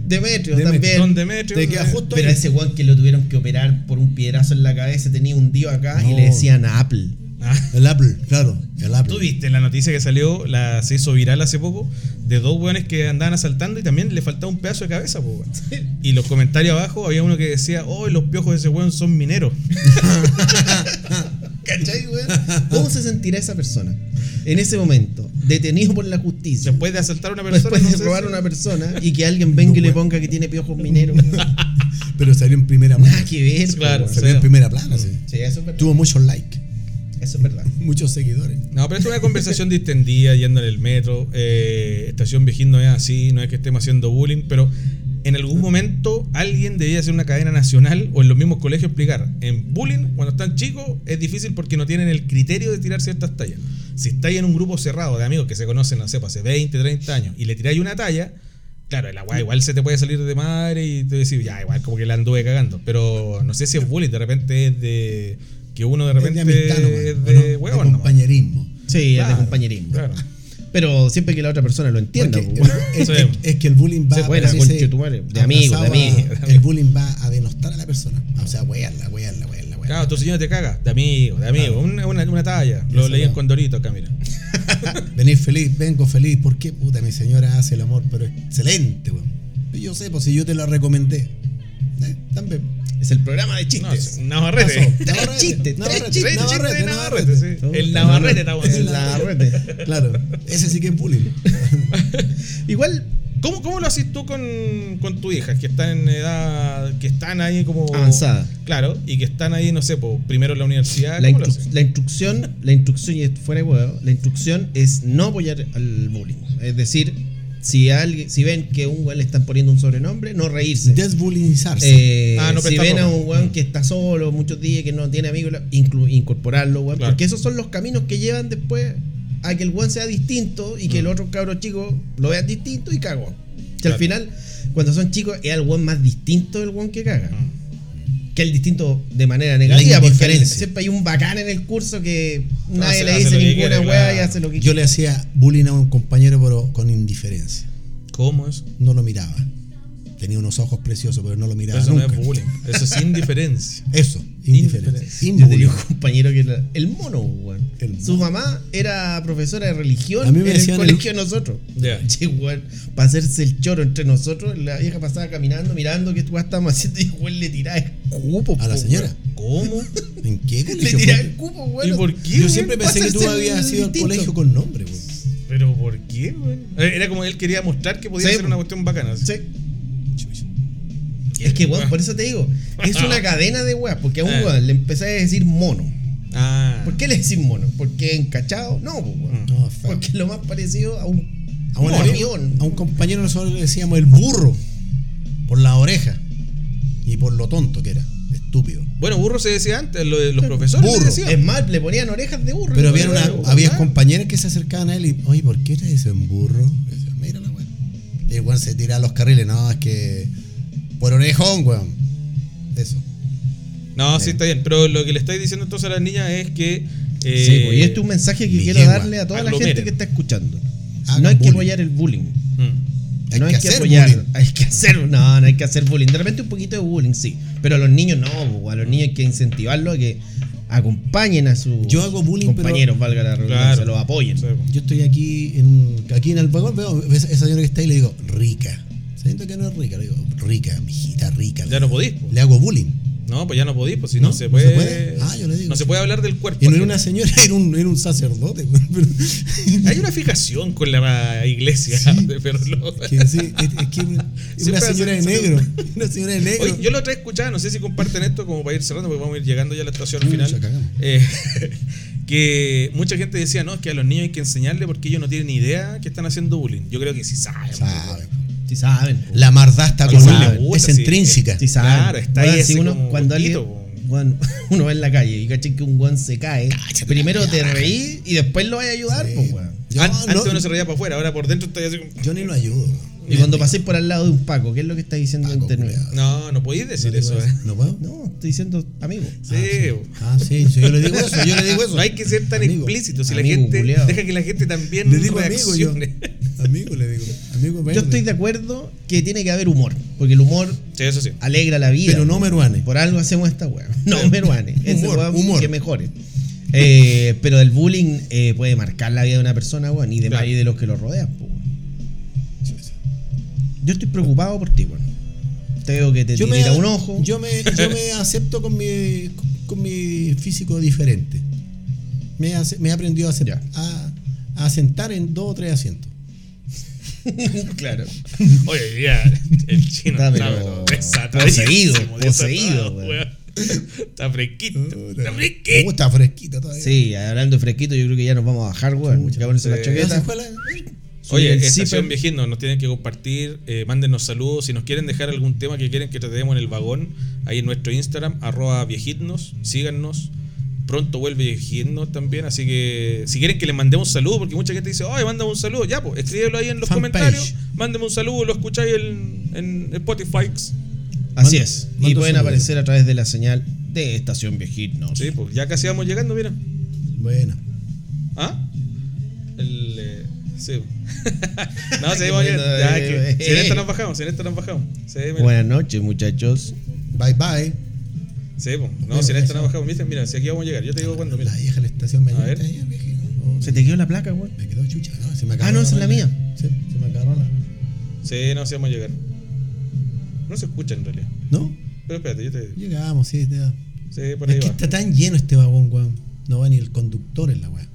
[SPEAKER 4] Demetrio,
[SPEAKER 3] Demetrio, también.
[SPEAKER 2] Don Demetrio.
[SPEAKER 4] Te queda
[SPEAKER 2] eh,
[SPEAKER 4] justo
[SPEAKER 3] Pero
[SPEAKER 4] ahí.
[SPEAKER 3] ese guan que lo tuvieron que operar por un piedrazo en la cabeza tenía un tío acá y
[SPEAKER 4] No.
[SPEAKER 3] le decían a Apple.
[SPEAKER 2] ah.
[SPEAKER 4] El Apple, claro. El Apple.
[SPEAKER 2] Tú viste la noticia que salió, la, se hizo viral hace poco, de dos hueones que andaban asaltando y también le faltaba un pedazo de cabeza, po, weón. Y los comentarios abajo había uno que decía, oh, los piojos de ese hueón son mineros.
[SPEAKER 3] ¿Cachai, weón? *laughs* ¿Cómo se sentirá esa persona en ese momento? Detenido por la justicia.
[SPEAKER 2] Después de asaltar a una persona,
[SPEAKER 3] Después
[SPEAKER 2] no
[SPEAKER 3] de
[SPEAKER 2] sé
[SPEAKER 3] robar a
[SPEAKER 2] si- *laughs*
[SPEAKER 3] una persona y que alguien venga y le ponga que tiene piojos mineros. Nada
[SPEAKER 4] Pero salió en primera plana.
[SPEAKER 3] que ver,
[SPEAKER 2] Claro.
[SPEAKER 3] weón.
[SPEAKER 4] Salió en primera plana, sí.
[SPEAKER 3] Sí, eso es verdad.
[SPEAKER 4] Tuvo muchos likes,
[SPEAKER 3] Eso es verdad.
[SPEAKER 4] muchos seguidores.
[SPEAKER 2] No, pero es una conversación distendida, yendo en el metro. eh, estación Vigil no es así, no es que estemos haciendo bullying, pero en algún momento alguien debería hacer una cadena nacional o en los mismos colegios explicar. En bullying, cuando están chicos, es difícil porque no tienen el criterio de tirar ciertas tallas. Si estáis en un grupo cerrado de amigos que se conocen, no sé, pues, hace 20, 30 años y le tiráis una talla, claro, el agua igual se te puede salir de madre y te decís, ya, igual como que la anduve cagando. Pero no sé si es bullying, de repente es de. que uno de repente
[SPEAKER 4] es de amistad, nomás,
[SPEAKER 2] es
[SPEAKER 4] ¿o
[SPEAKER 2] de,
[SPEAKER 4] no?
[SPEAKER 2] huevón
[SPEAKER 4] de
[SPEAKER 2] nomás.
[SPEAKER 4] compañerismo.
[SPEAKER 3] Sí, es de
[SPEAKER 2] Claro,
[SPEAKER 3] compañerismo.
[SPEAKER 2] Claro.
[SPEAKER 3] Pero siempre que la otra persona lo entienda.
[SPEAKER 4] Porque,
[SPEAKER 3] weón.
[SPEAKER 4] es,
[SPEAKER 2] Sí.
[SPEAKER 4] es- es que el bullying va
[SPEAKER 3] pues. Se fuera,
[SPEAKER 4] parece,
[SPEAKER 3] conchetumare, de amigo, de
[SPEAKER 4] abrazado
[SPEAKER 3] amigo,
[SPEAKER 4] a- El bullying va a denostar a la persona. O sea, wearla, wearla, wearla, wearla.
[SPEAKER 2] Claro, tu señor te caga. De amigo, de amigo. Una, una, una talla. Lo
[SPEAKER 4] Eso,
[SPEAKER 2] leí en
[SPEAKER 4] claro.
[SPEAKER 2] Condorito acá, mira.
[SPEAKER 4] Venir feliz, vengo feliz. ¿Por qué? Puta, mi señora hace el amor, pero excelente, weón. Y Yo sé, pues si yo te la recomendé. Eh, También.
[SPEAKER 3] Es el programa de
[SPEAKER 2] No,
[SPEAKER 3] chistes.
[SPEAKER 2] es Navarrete.
[SPEAKER 3] Tres chistes, tres
[SPEAKER 2] Tres
[SPEAKER 3] chistes.
[SPEAKER 2] chistes de
[SPEAKER 4] Navarrete,
[SPEAKER 2] Navarrete, sí.
[SPEAKER 4] Navarrete.
[SPEAKER 2] El Navarrete estamos
[SPEAKER 4] Es el
[SPEAKER 2] haciendo. *laughs*
[SPEAKER 4] Navarrete. Claro, ese sí que es bullying.
[SPEAKER 3] Igual,
[SPEAKER 2] ¿Cómo, ¿Cómo lo haces tú con, con tu hija? Que están en edad. que están ahí como.
[SPEAKER 3] Avanzada.
[SPEAKER 2] Claro, y que están ahí, no sé, po, primero en la universidad.
[SPEAKER 3] la,
[SPEAKER 2] Ah, ¿Cómo lo
[SPEAKER 3] instru-
[SPEAKER 2] haces?
[SPEAKER 3] la instrucción, la instrucción, y esto fuera de huevo, la instrucción es no apoyar al bullying. Es decir, si alguien, si ven que a un weón le están poniendo un sobrenombre, no reírse.
[SPEAKER 4] Desbullingizarse.
[SPEAKER 3] Eh,
[SPEAKER 2] Ah, no
[SPEAKER 3] si
[SPEAKER 2] prestar
[SPEAKER 3] ven a
[SPEAKER 2] ropa.
[SPEAKER 3] un weón que está solo muchos días, que no tiene amigos, la- inclu- incorporarlo, weón.
[SPEAKER 2] Claro.
[SPEAKER 3] Porque esos son los caminos que llevan después a que el weón sea distinto y que el otro cabro chico lo vean distinto y cagó. Que
[SPEAKER 2] Mm. Claro.
[SPEAKER 3] al final, cuando son chicos, es el weón más distinto del weón que
[SPEAKER 2] Mm.
[SPEAKER 3] caga.
[SPEAKER 2] Ah.
[SPEAKER 3] Que el distinto de manera negativa, porque
[SPEAKER 4] indiferencia.
[SPEAKER 3] siempre hay un bacán en el curso que nadie
[SPEAKER 2] Hace-
[SPEAKER 3] le
[SPEAKER 2] hace
[SPEAKER 3] dice
[SPEAKER 2] lo que
[SPEAKER 3] ninguna
[SPEAKER 2] quiere,
[SPEAKER 3] weá y
[SPEAKER 2] claro.
[SPEAKER 3] hace lo que
[SPEAKER 4] Yo le hacía bullying a un compañero, pero con indiferencia.
[SPEAKER 2] ¿Cómo es?
[SPEAKER 4] No lo miraba. Tenía unos ojos preciosos, pero no lo miraba.
[SPEAKER 2] Eso
[SPEAKER 4] nunca.
[SPEAKER 2] no es bullying. Eso es indiferencia.
[SPEAKER 4] Eso, indiferencia.
[SPEAKER 2] Indiferencia.
[SPEAKER 3] Yo tenía
[SPEAKER 4] Inbullying.
[SPEAKER 3] un compañero que era el mono, weón.
[SPEAKER 4] El
[SPEAKER 3] Su
[SPEAKER 4] mono.
[SPEAKER 3] mamá era profesora de religión
[SPEAKER 4] A mí me
[SPEAKER 3] en el
[SPEAKER 4] decían el-
[SPEAKER 3] colegio de nosotros.
[SPEAKER 2] Ya.
[SPEAKER 3] Che, weón, para hacerse el choro entre nosotros, la vieja pasaba caminando, mirando qué weón estábamos haciendo y weón le tiraba escupo. *laughs*
[SPEAKER 4] A la
[SPEAKER 3] po,
[SPEAKER 4] señora.
[SPEAKER 2] ¿Cómo?
[SPEAKER 4] ¿En qué
[SPEAKER 3] weón.
[SPEAKER 4] colegio?
[SPEAKER 3] Le tiraba
[SPEAKER 4] Porque-
[SPEAKER 3] escupo, weón.
[SPEAKER 2] ¿Y por qué?
[SPEAKER 4] Yo siempre
[SPEAKER 3] weón,
[SPEAKER 4] pensé que tú
[SPEAKER 3] pásase
[SPEAKER 4] habías
[SPEAKER 3] el
[SPEAKER 4] sido al
[SPEAKER 3] distinto.
[SPEAKER 4] colegio con nombre, güey.
[SPEAKER 2] ¿Pero por qué, güey? Eh, Era como él quería mostrar que podía
[SPEAKER 3] Sí,
[SPEAKER 2] ser una cuestión bacana.
[SPEAKER 3] Sí.
[SPEAKER 4] Chucha.
[SPEAKER 3] Es que, weón, por eso te digo, es *laughs* una cadena de weas, porque a un
[SPEAKER 2] Eh.
[SPEAKER 3] weón le empecé a decir mono.
[SPEAKER 2] Ah.
[SPEAKER 3] ¿Por qué le decís mono? ¿Porque encachado? No, po, weón.
[SPEAKER 4] No, feo.
[SPEAKER 3] Porque es lo más parecido a un,
[SPEAKER 4] Mm. A un,
[SPEAKER 3] mono.
[SPEAKER 4] amigo- a un compañero nosotros le decíamos el burro por la oreja y por lo tonto que era, estúpido.
[SPEAKER 2] Bueno, burro se decía antes, lo de los profesores le
[SPEAKER 4] Burro.
[SPEAKER 2] decían.
[SPEAKER 3] Es más, le ponían orejas de burro. Ah.
[SPEAKER 4] Pero
[SPEAKER 3] Le
[SPEAKER 4] había,
[SPEAKER 3] ponían
[SPEAKER 4] una,
[SPEAKER 3] algo,
[SPEAKER 4] había
[SPEAKER 3] ¿verdad?
[SPEAKER 4] compañeras que se acercaban a él y, oye, ¿por qué te dicen burro? Le decían, mira la weón. Y el weón se tira a los carriles, no, es que por orejón, weón. Eso.
[SPEAKER 2] No, sí, está bien. Pero lo que le estáis diciendo entonces a las niñas es que. eh,
[SPEAKER 3] Sí, pues, y este es un mensaje que
[SPEAKER 4] mi
[SPEAKER 3] quiero
[SPEAKER 4] yegua,
[SPEAKER 3] darle a toda la
[SPEAKER 2] aglomeren.
[SPEAKER 3] gente que está escuchando.
[SPEAKER 4] Hagan
[SPEAKER 3] no hay que
[SPEAKER 4] bullying.
[SPEAKER 3] apoyar el bullying.
[SPEAKER 2] Mm.
[SPEAKER 4] Hay
[SPEAKER 3] no
[SPEAKER 4] que hacer bullying.
[SPEAKER 3] Hay que hacer. No, no hay que hacer bullying. De repente un poquito de bullying, sí. Pero a los niños no, po, a los niños hay que incentivarlos a que acompañen a sus
[SPEAKER 4] Yo hago bullying, pero-
[SPEAKER 3] compañeros, valga la redundancia,
[SPEAKER 2] Claro.
[SPEAKER 3] los apoyen.
[SPEAKER 2] Sí, pues.
[SPEAKER 4] Yo estoy aquí en, aquí en el vagón, veo esa esa señora que está ahí y le digo, rica. Siento que no es rica, le digo, rica, mijita, rica.
[SPEAKER 2] Ya no podís. po.
[SPEAKER 4] Le hago bullying.
[SPEAKER 2] No, pues ya no podís, pues si no,
[SPEAKER 4] No,
[SPEAKER 2] se
[SPEAKER 4] no
[SPEAKER 2] puede.
[SPEAKER 4] se puede. Ah, yo le digo.
[SPEAKER 2] No se puede hablar del cuerpo.
[SPEAKER 4] Y no era
[SPEAKER 2] ajeno.
[SPEAKER 4] una señora, *laughs* era un, era un sacerdote. güey,
[SPEAKER 2] *laughs*
[SPEAKER 4] pero-
[SPEAKER 2] Hay una fijación con la iglesia *laughs* de Ferlo.
[SPEAKER 4] que sí, es, es que una- es
[SPEAKER 2] Siempre
[SPEAKER 4] una
[SPEAKER 2] hacen
[SPEAKER 4] señora de
[SPEAKER 2] eso.
[SPEAKER 4] negro. *laughs* Una señora de negro.
[SPEAKER 2] Oye, yo lo otra vez escuchaba, no sé si comparten esto como para ir cerrando, porque vamos a ir llegando ya a la estación
[SPEAKER 4] Uy,
[SPEAKER 2] final.
[SPEAKER 4] ya cagamos.
[SPEAKER 2] Eh, *laughs* que mucha gente decía, no, es que a los niños hay que enseñarle porque ellos no tienen ni idea que están haciendo bullying. Yo creo que sí saben. pues,
[SPEAKER 4] Sabe.
[SPEAKER 3] Si saben. pues. po.
[SPEAKER 4] La mardá está
[SPEAKER 2] Al
[SPEAKER 4] con
[SPEAKER 2] sabe,
[SPEAKER 4] él,
[SPEAKER 2] le gusta,
[SPEAKER 4] Es
[SPEAKER 2] sí,
[SPEAKER 4] intrínseca.
[SPEAKER 3] Sí, saben.
[SPEAKER 2] Claro, está
[SPEAKER 3] Weón,
[SPEAKER 2] ahí
[SPEAKER 3] si
[SPEAKER 2] ese
[SPEAKER 3] uno,
[SPEAKER 2] como
[SPEAKER 3] cuando
[SPEAKER 2] gustito,
[SPEAKER 3] alguien-
[SPEAKER 2] po.
[SPEAKER 3] weón, *laughs* uno va en la calle y caché que un guan se cae, primero te reí y después lo vas a ayudar,
[SPEAKER 4] Sí.
[SPEAKER 3] po, pues, weón.
[SPEAKER 4] Yo,
[SPEAKER 2] An- antes
[SPEAKER 4] no-
[SPEAKER 2] uno se reía para afuera, ahora por dentro está así como,
[SPEAKER 4] yo ni lo ayudo.
[SPEAKER 3] Y cuando paséis por al lado de un Paco, ¿qué es lo que estás diciendo en
[SPEAKER 4] Paco,
[SPEAKER 3] internet?
[SPEAKER 4] culiao.
[SPEAKER 2] No, no podéis decir eso. eh.
[SPEAKER 4] ¿No puedo?
[SPEAKER 3] No, estoy diciendo amigo.
[SPEAKER 2] Sí.
[SPEAKER 4] Ah, sí, sí, yo le digo eso, yo le digo eso.
[SPEAKER 2] No hay que ser tan
[SPEAKER 4] Amigo,
[SPEAKER 2] explícito. Si la
[SPEAKER 3] amigo
[SPEAKER 2] gente
[SPEAKER 3] culiao.
[SPEAKER 2] deja que la gente también
[SPEAKER 4] Le digo amigo yo.
[SPEAKER 2] reaccione.
[SPEAKER 4] *laughs* Amigo le digo. Amigo verde.
[SPEAKER 3] Yo estoy de acuerdo que tiene que haber humor, porque el humor
[SPEAKER 2] Sí, eso sí.
[SPEAKER 3] alegra la vida.
[SPEAKER 4] Pero no meruane.
[SPEAKER 3] Por algo hacemos
[SPEAKER 2] *laughs*
[SPEAKER 3] esta weá. No, Meruane. Ese
[SPEAKER 4] Humor,
[SPEAKER 3] weón
[SPEAKER 4] humor.
[SPEAKER 3] Que mejore. Eh, pero el bullying eh, puede marcar la vida de una persona, weón, y de,
[SPEAKER 2] Claro.
[SPEAKER 3] y de los que lo rodean, po, weón. Yo estoy preocupado por ti, weón. Te veo que te
[SPEAKER 4] Yo
[SPEAKER 3] tira
[SPEAKER 4] me,
[SPEAKER 3] un ojo.
[SPEAKER 4] Yo me, yo me acepto con mi, con mi físico diferente. Me, ace- me he aprendido a, hacer,
[SPEAKER 3] Ya.
[SPEAKER 4] a, a sentar en dos o tres asientos.
[SPEAKER 3] claro.
[SPEAKER 2] Oye, ya, el chino
[SPEAKER 3] Está,
[SPEAKER 2] está, pero
[SPEAKER 3] pero
[SPEAKER 2] desatadísimo,
[SPEAKER 3] poseído,
[SPEAKER 2] desatado,
[SPEAKER 3] poseído,
[SPEAKER 2] weón.
[SPEAKER 3] weón.
[SPEAKER 2] Está fresquito, está
[SPEAKER 4] Uh,
[SPEAKER 2] fresquito.
[SPEAKER 4] está fresquito todavía.
[SPEAKER 3] Sí, hablando de fresquito, yo creo que ya nos vamos a bajar, weón. Ya ponerse la
[SPEAKER 2] Sí.
[SPEAKER 4] ¿No se
[SPEAKER 3] chaqueta.
[SPEAKER 4] fue la-
[SPEAKER 2] Oye,
[SPEAKER 3] el
[SPEAKER 2] estación
[SPEAKER 3] zipper.
[SPEAKER 2] viejinos, nos tienen que compartir, eh, mándennos saludos. Si nos quieren dejar algún tema que quieren que tratemos en el vagón, ahí en nuestro Instagram, arroba viejitnos, síganos. Pronto vuelve viejitnos también, así que si quieren que les mandemos un saludo, porque mucha gente dice, oye, mándame un saludo, ya, pues escríbelo ahí en los
[SPEAKER 4] Fanpage.
[SPEAKER 2] comentarios, mándeme un saludo, lo escucháis en, en Spotify.
[SPEAKER 3] Así
[SPEAKER 4] Mando-
[SPEAKER 3] es. y
[SPEAKER 4] mando
[SPEAKER 3] pueden
[SPEAKER 4] saludos.
[SPEAKER 3] aparecer a través de la señal de Estación Viejitos.
[SPEAKER 2] Sí, pues ya casi vamos llegando, mira.
[SPEAKER 4] Bueno.
[SPEAKER 2] ¿Ah? El, eh, sí. *laughs* no, sí,
[SPEAKER 3] Qué
[SPEAKER 2] vamos bien.
[SPEAKER 3] bueno,
[SPEAKER 2] Ya,
[SPEAKER 3] eh,
[SPEAKER 2] que- si en
[SPEAKER 3] eh.
[SPEAKER 2] esta nos bajamos, si en esta nos bajamos. Sí, mira.
[SPEAKER 3] Buenas noches, muchachos.
[SPEAKER 4] Bye bye.
[SPEAKER 2] Sí, po. No, si en esta nos bajamos. Viste, Mira, si aquí vamos a llegar. Yo te digo cuándo, mira.
[SPEAKER 4] La vieja de la estación
[SPEAKER 2] A ver.
[SPEAKER 4] mañana. Oh,
[SPEAKER 3] Se te quedó la placa, weón.
[SPEAKER 4] Me quedó chucha. No, se me agarró
[SPEAKER 3] Ah, no, esa es la
[SPEAKER 4] vaina.
[SPEAKER 3] mía.
[SPEAKER 4] Sí, se me agarró la.
[SPEAKER 2] Sí, no, sí vamos a llegar. No se escucha en realidad.
[SPEAKER 4] ¿No?
[SPEAKER 2] Pero espérate, yo te.
[SPEAKER 4] Llegamos, sí. te-
[SPEAKER 2] Sí, por ahí
[SPEAKER 4] Es que
[SPEAKER 2] va.
[SPEAKER 4] está tan lleno este vagón, weón. No va ni el conductor en la weá.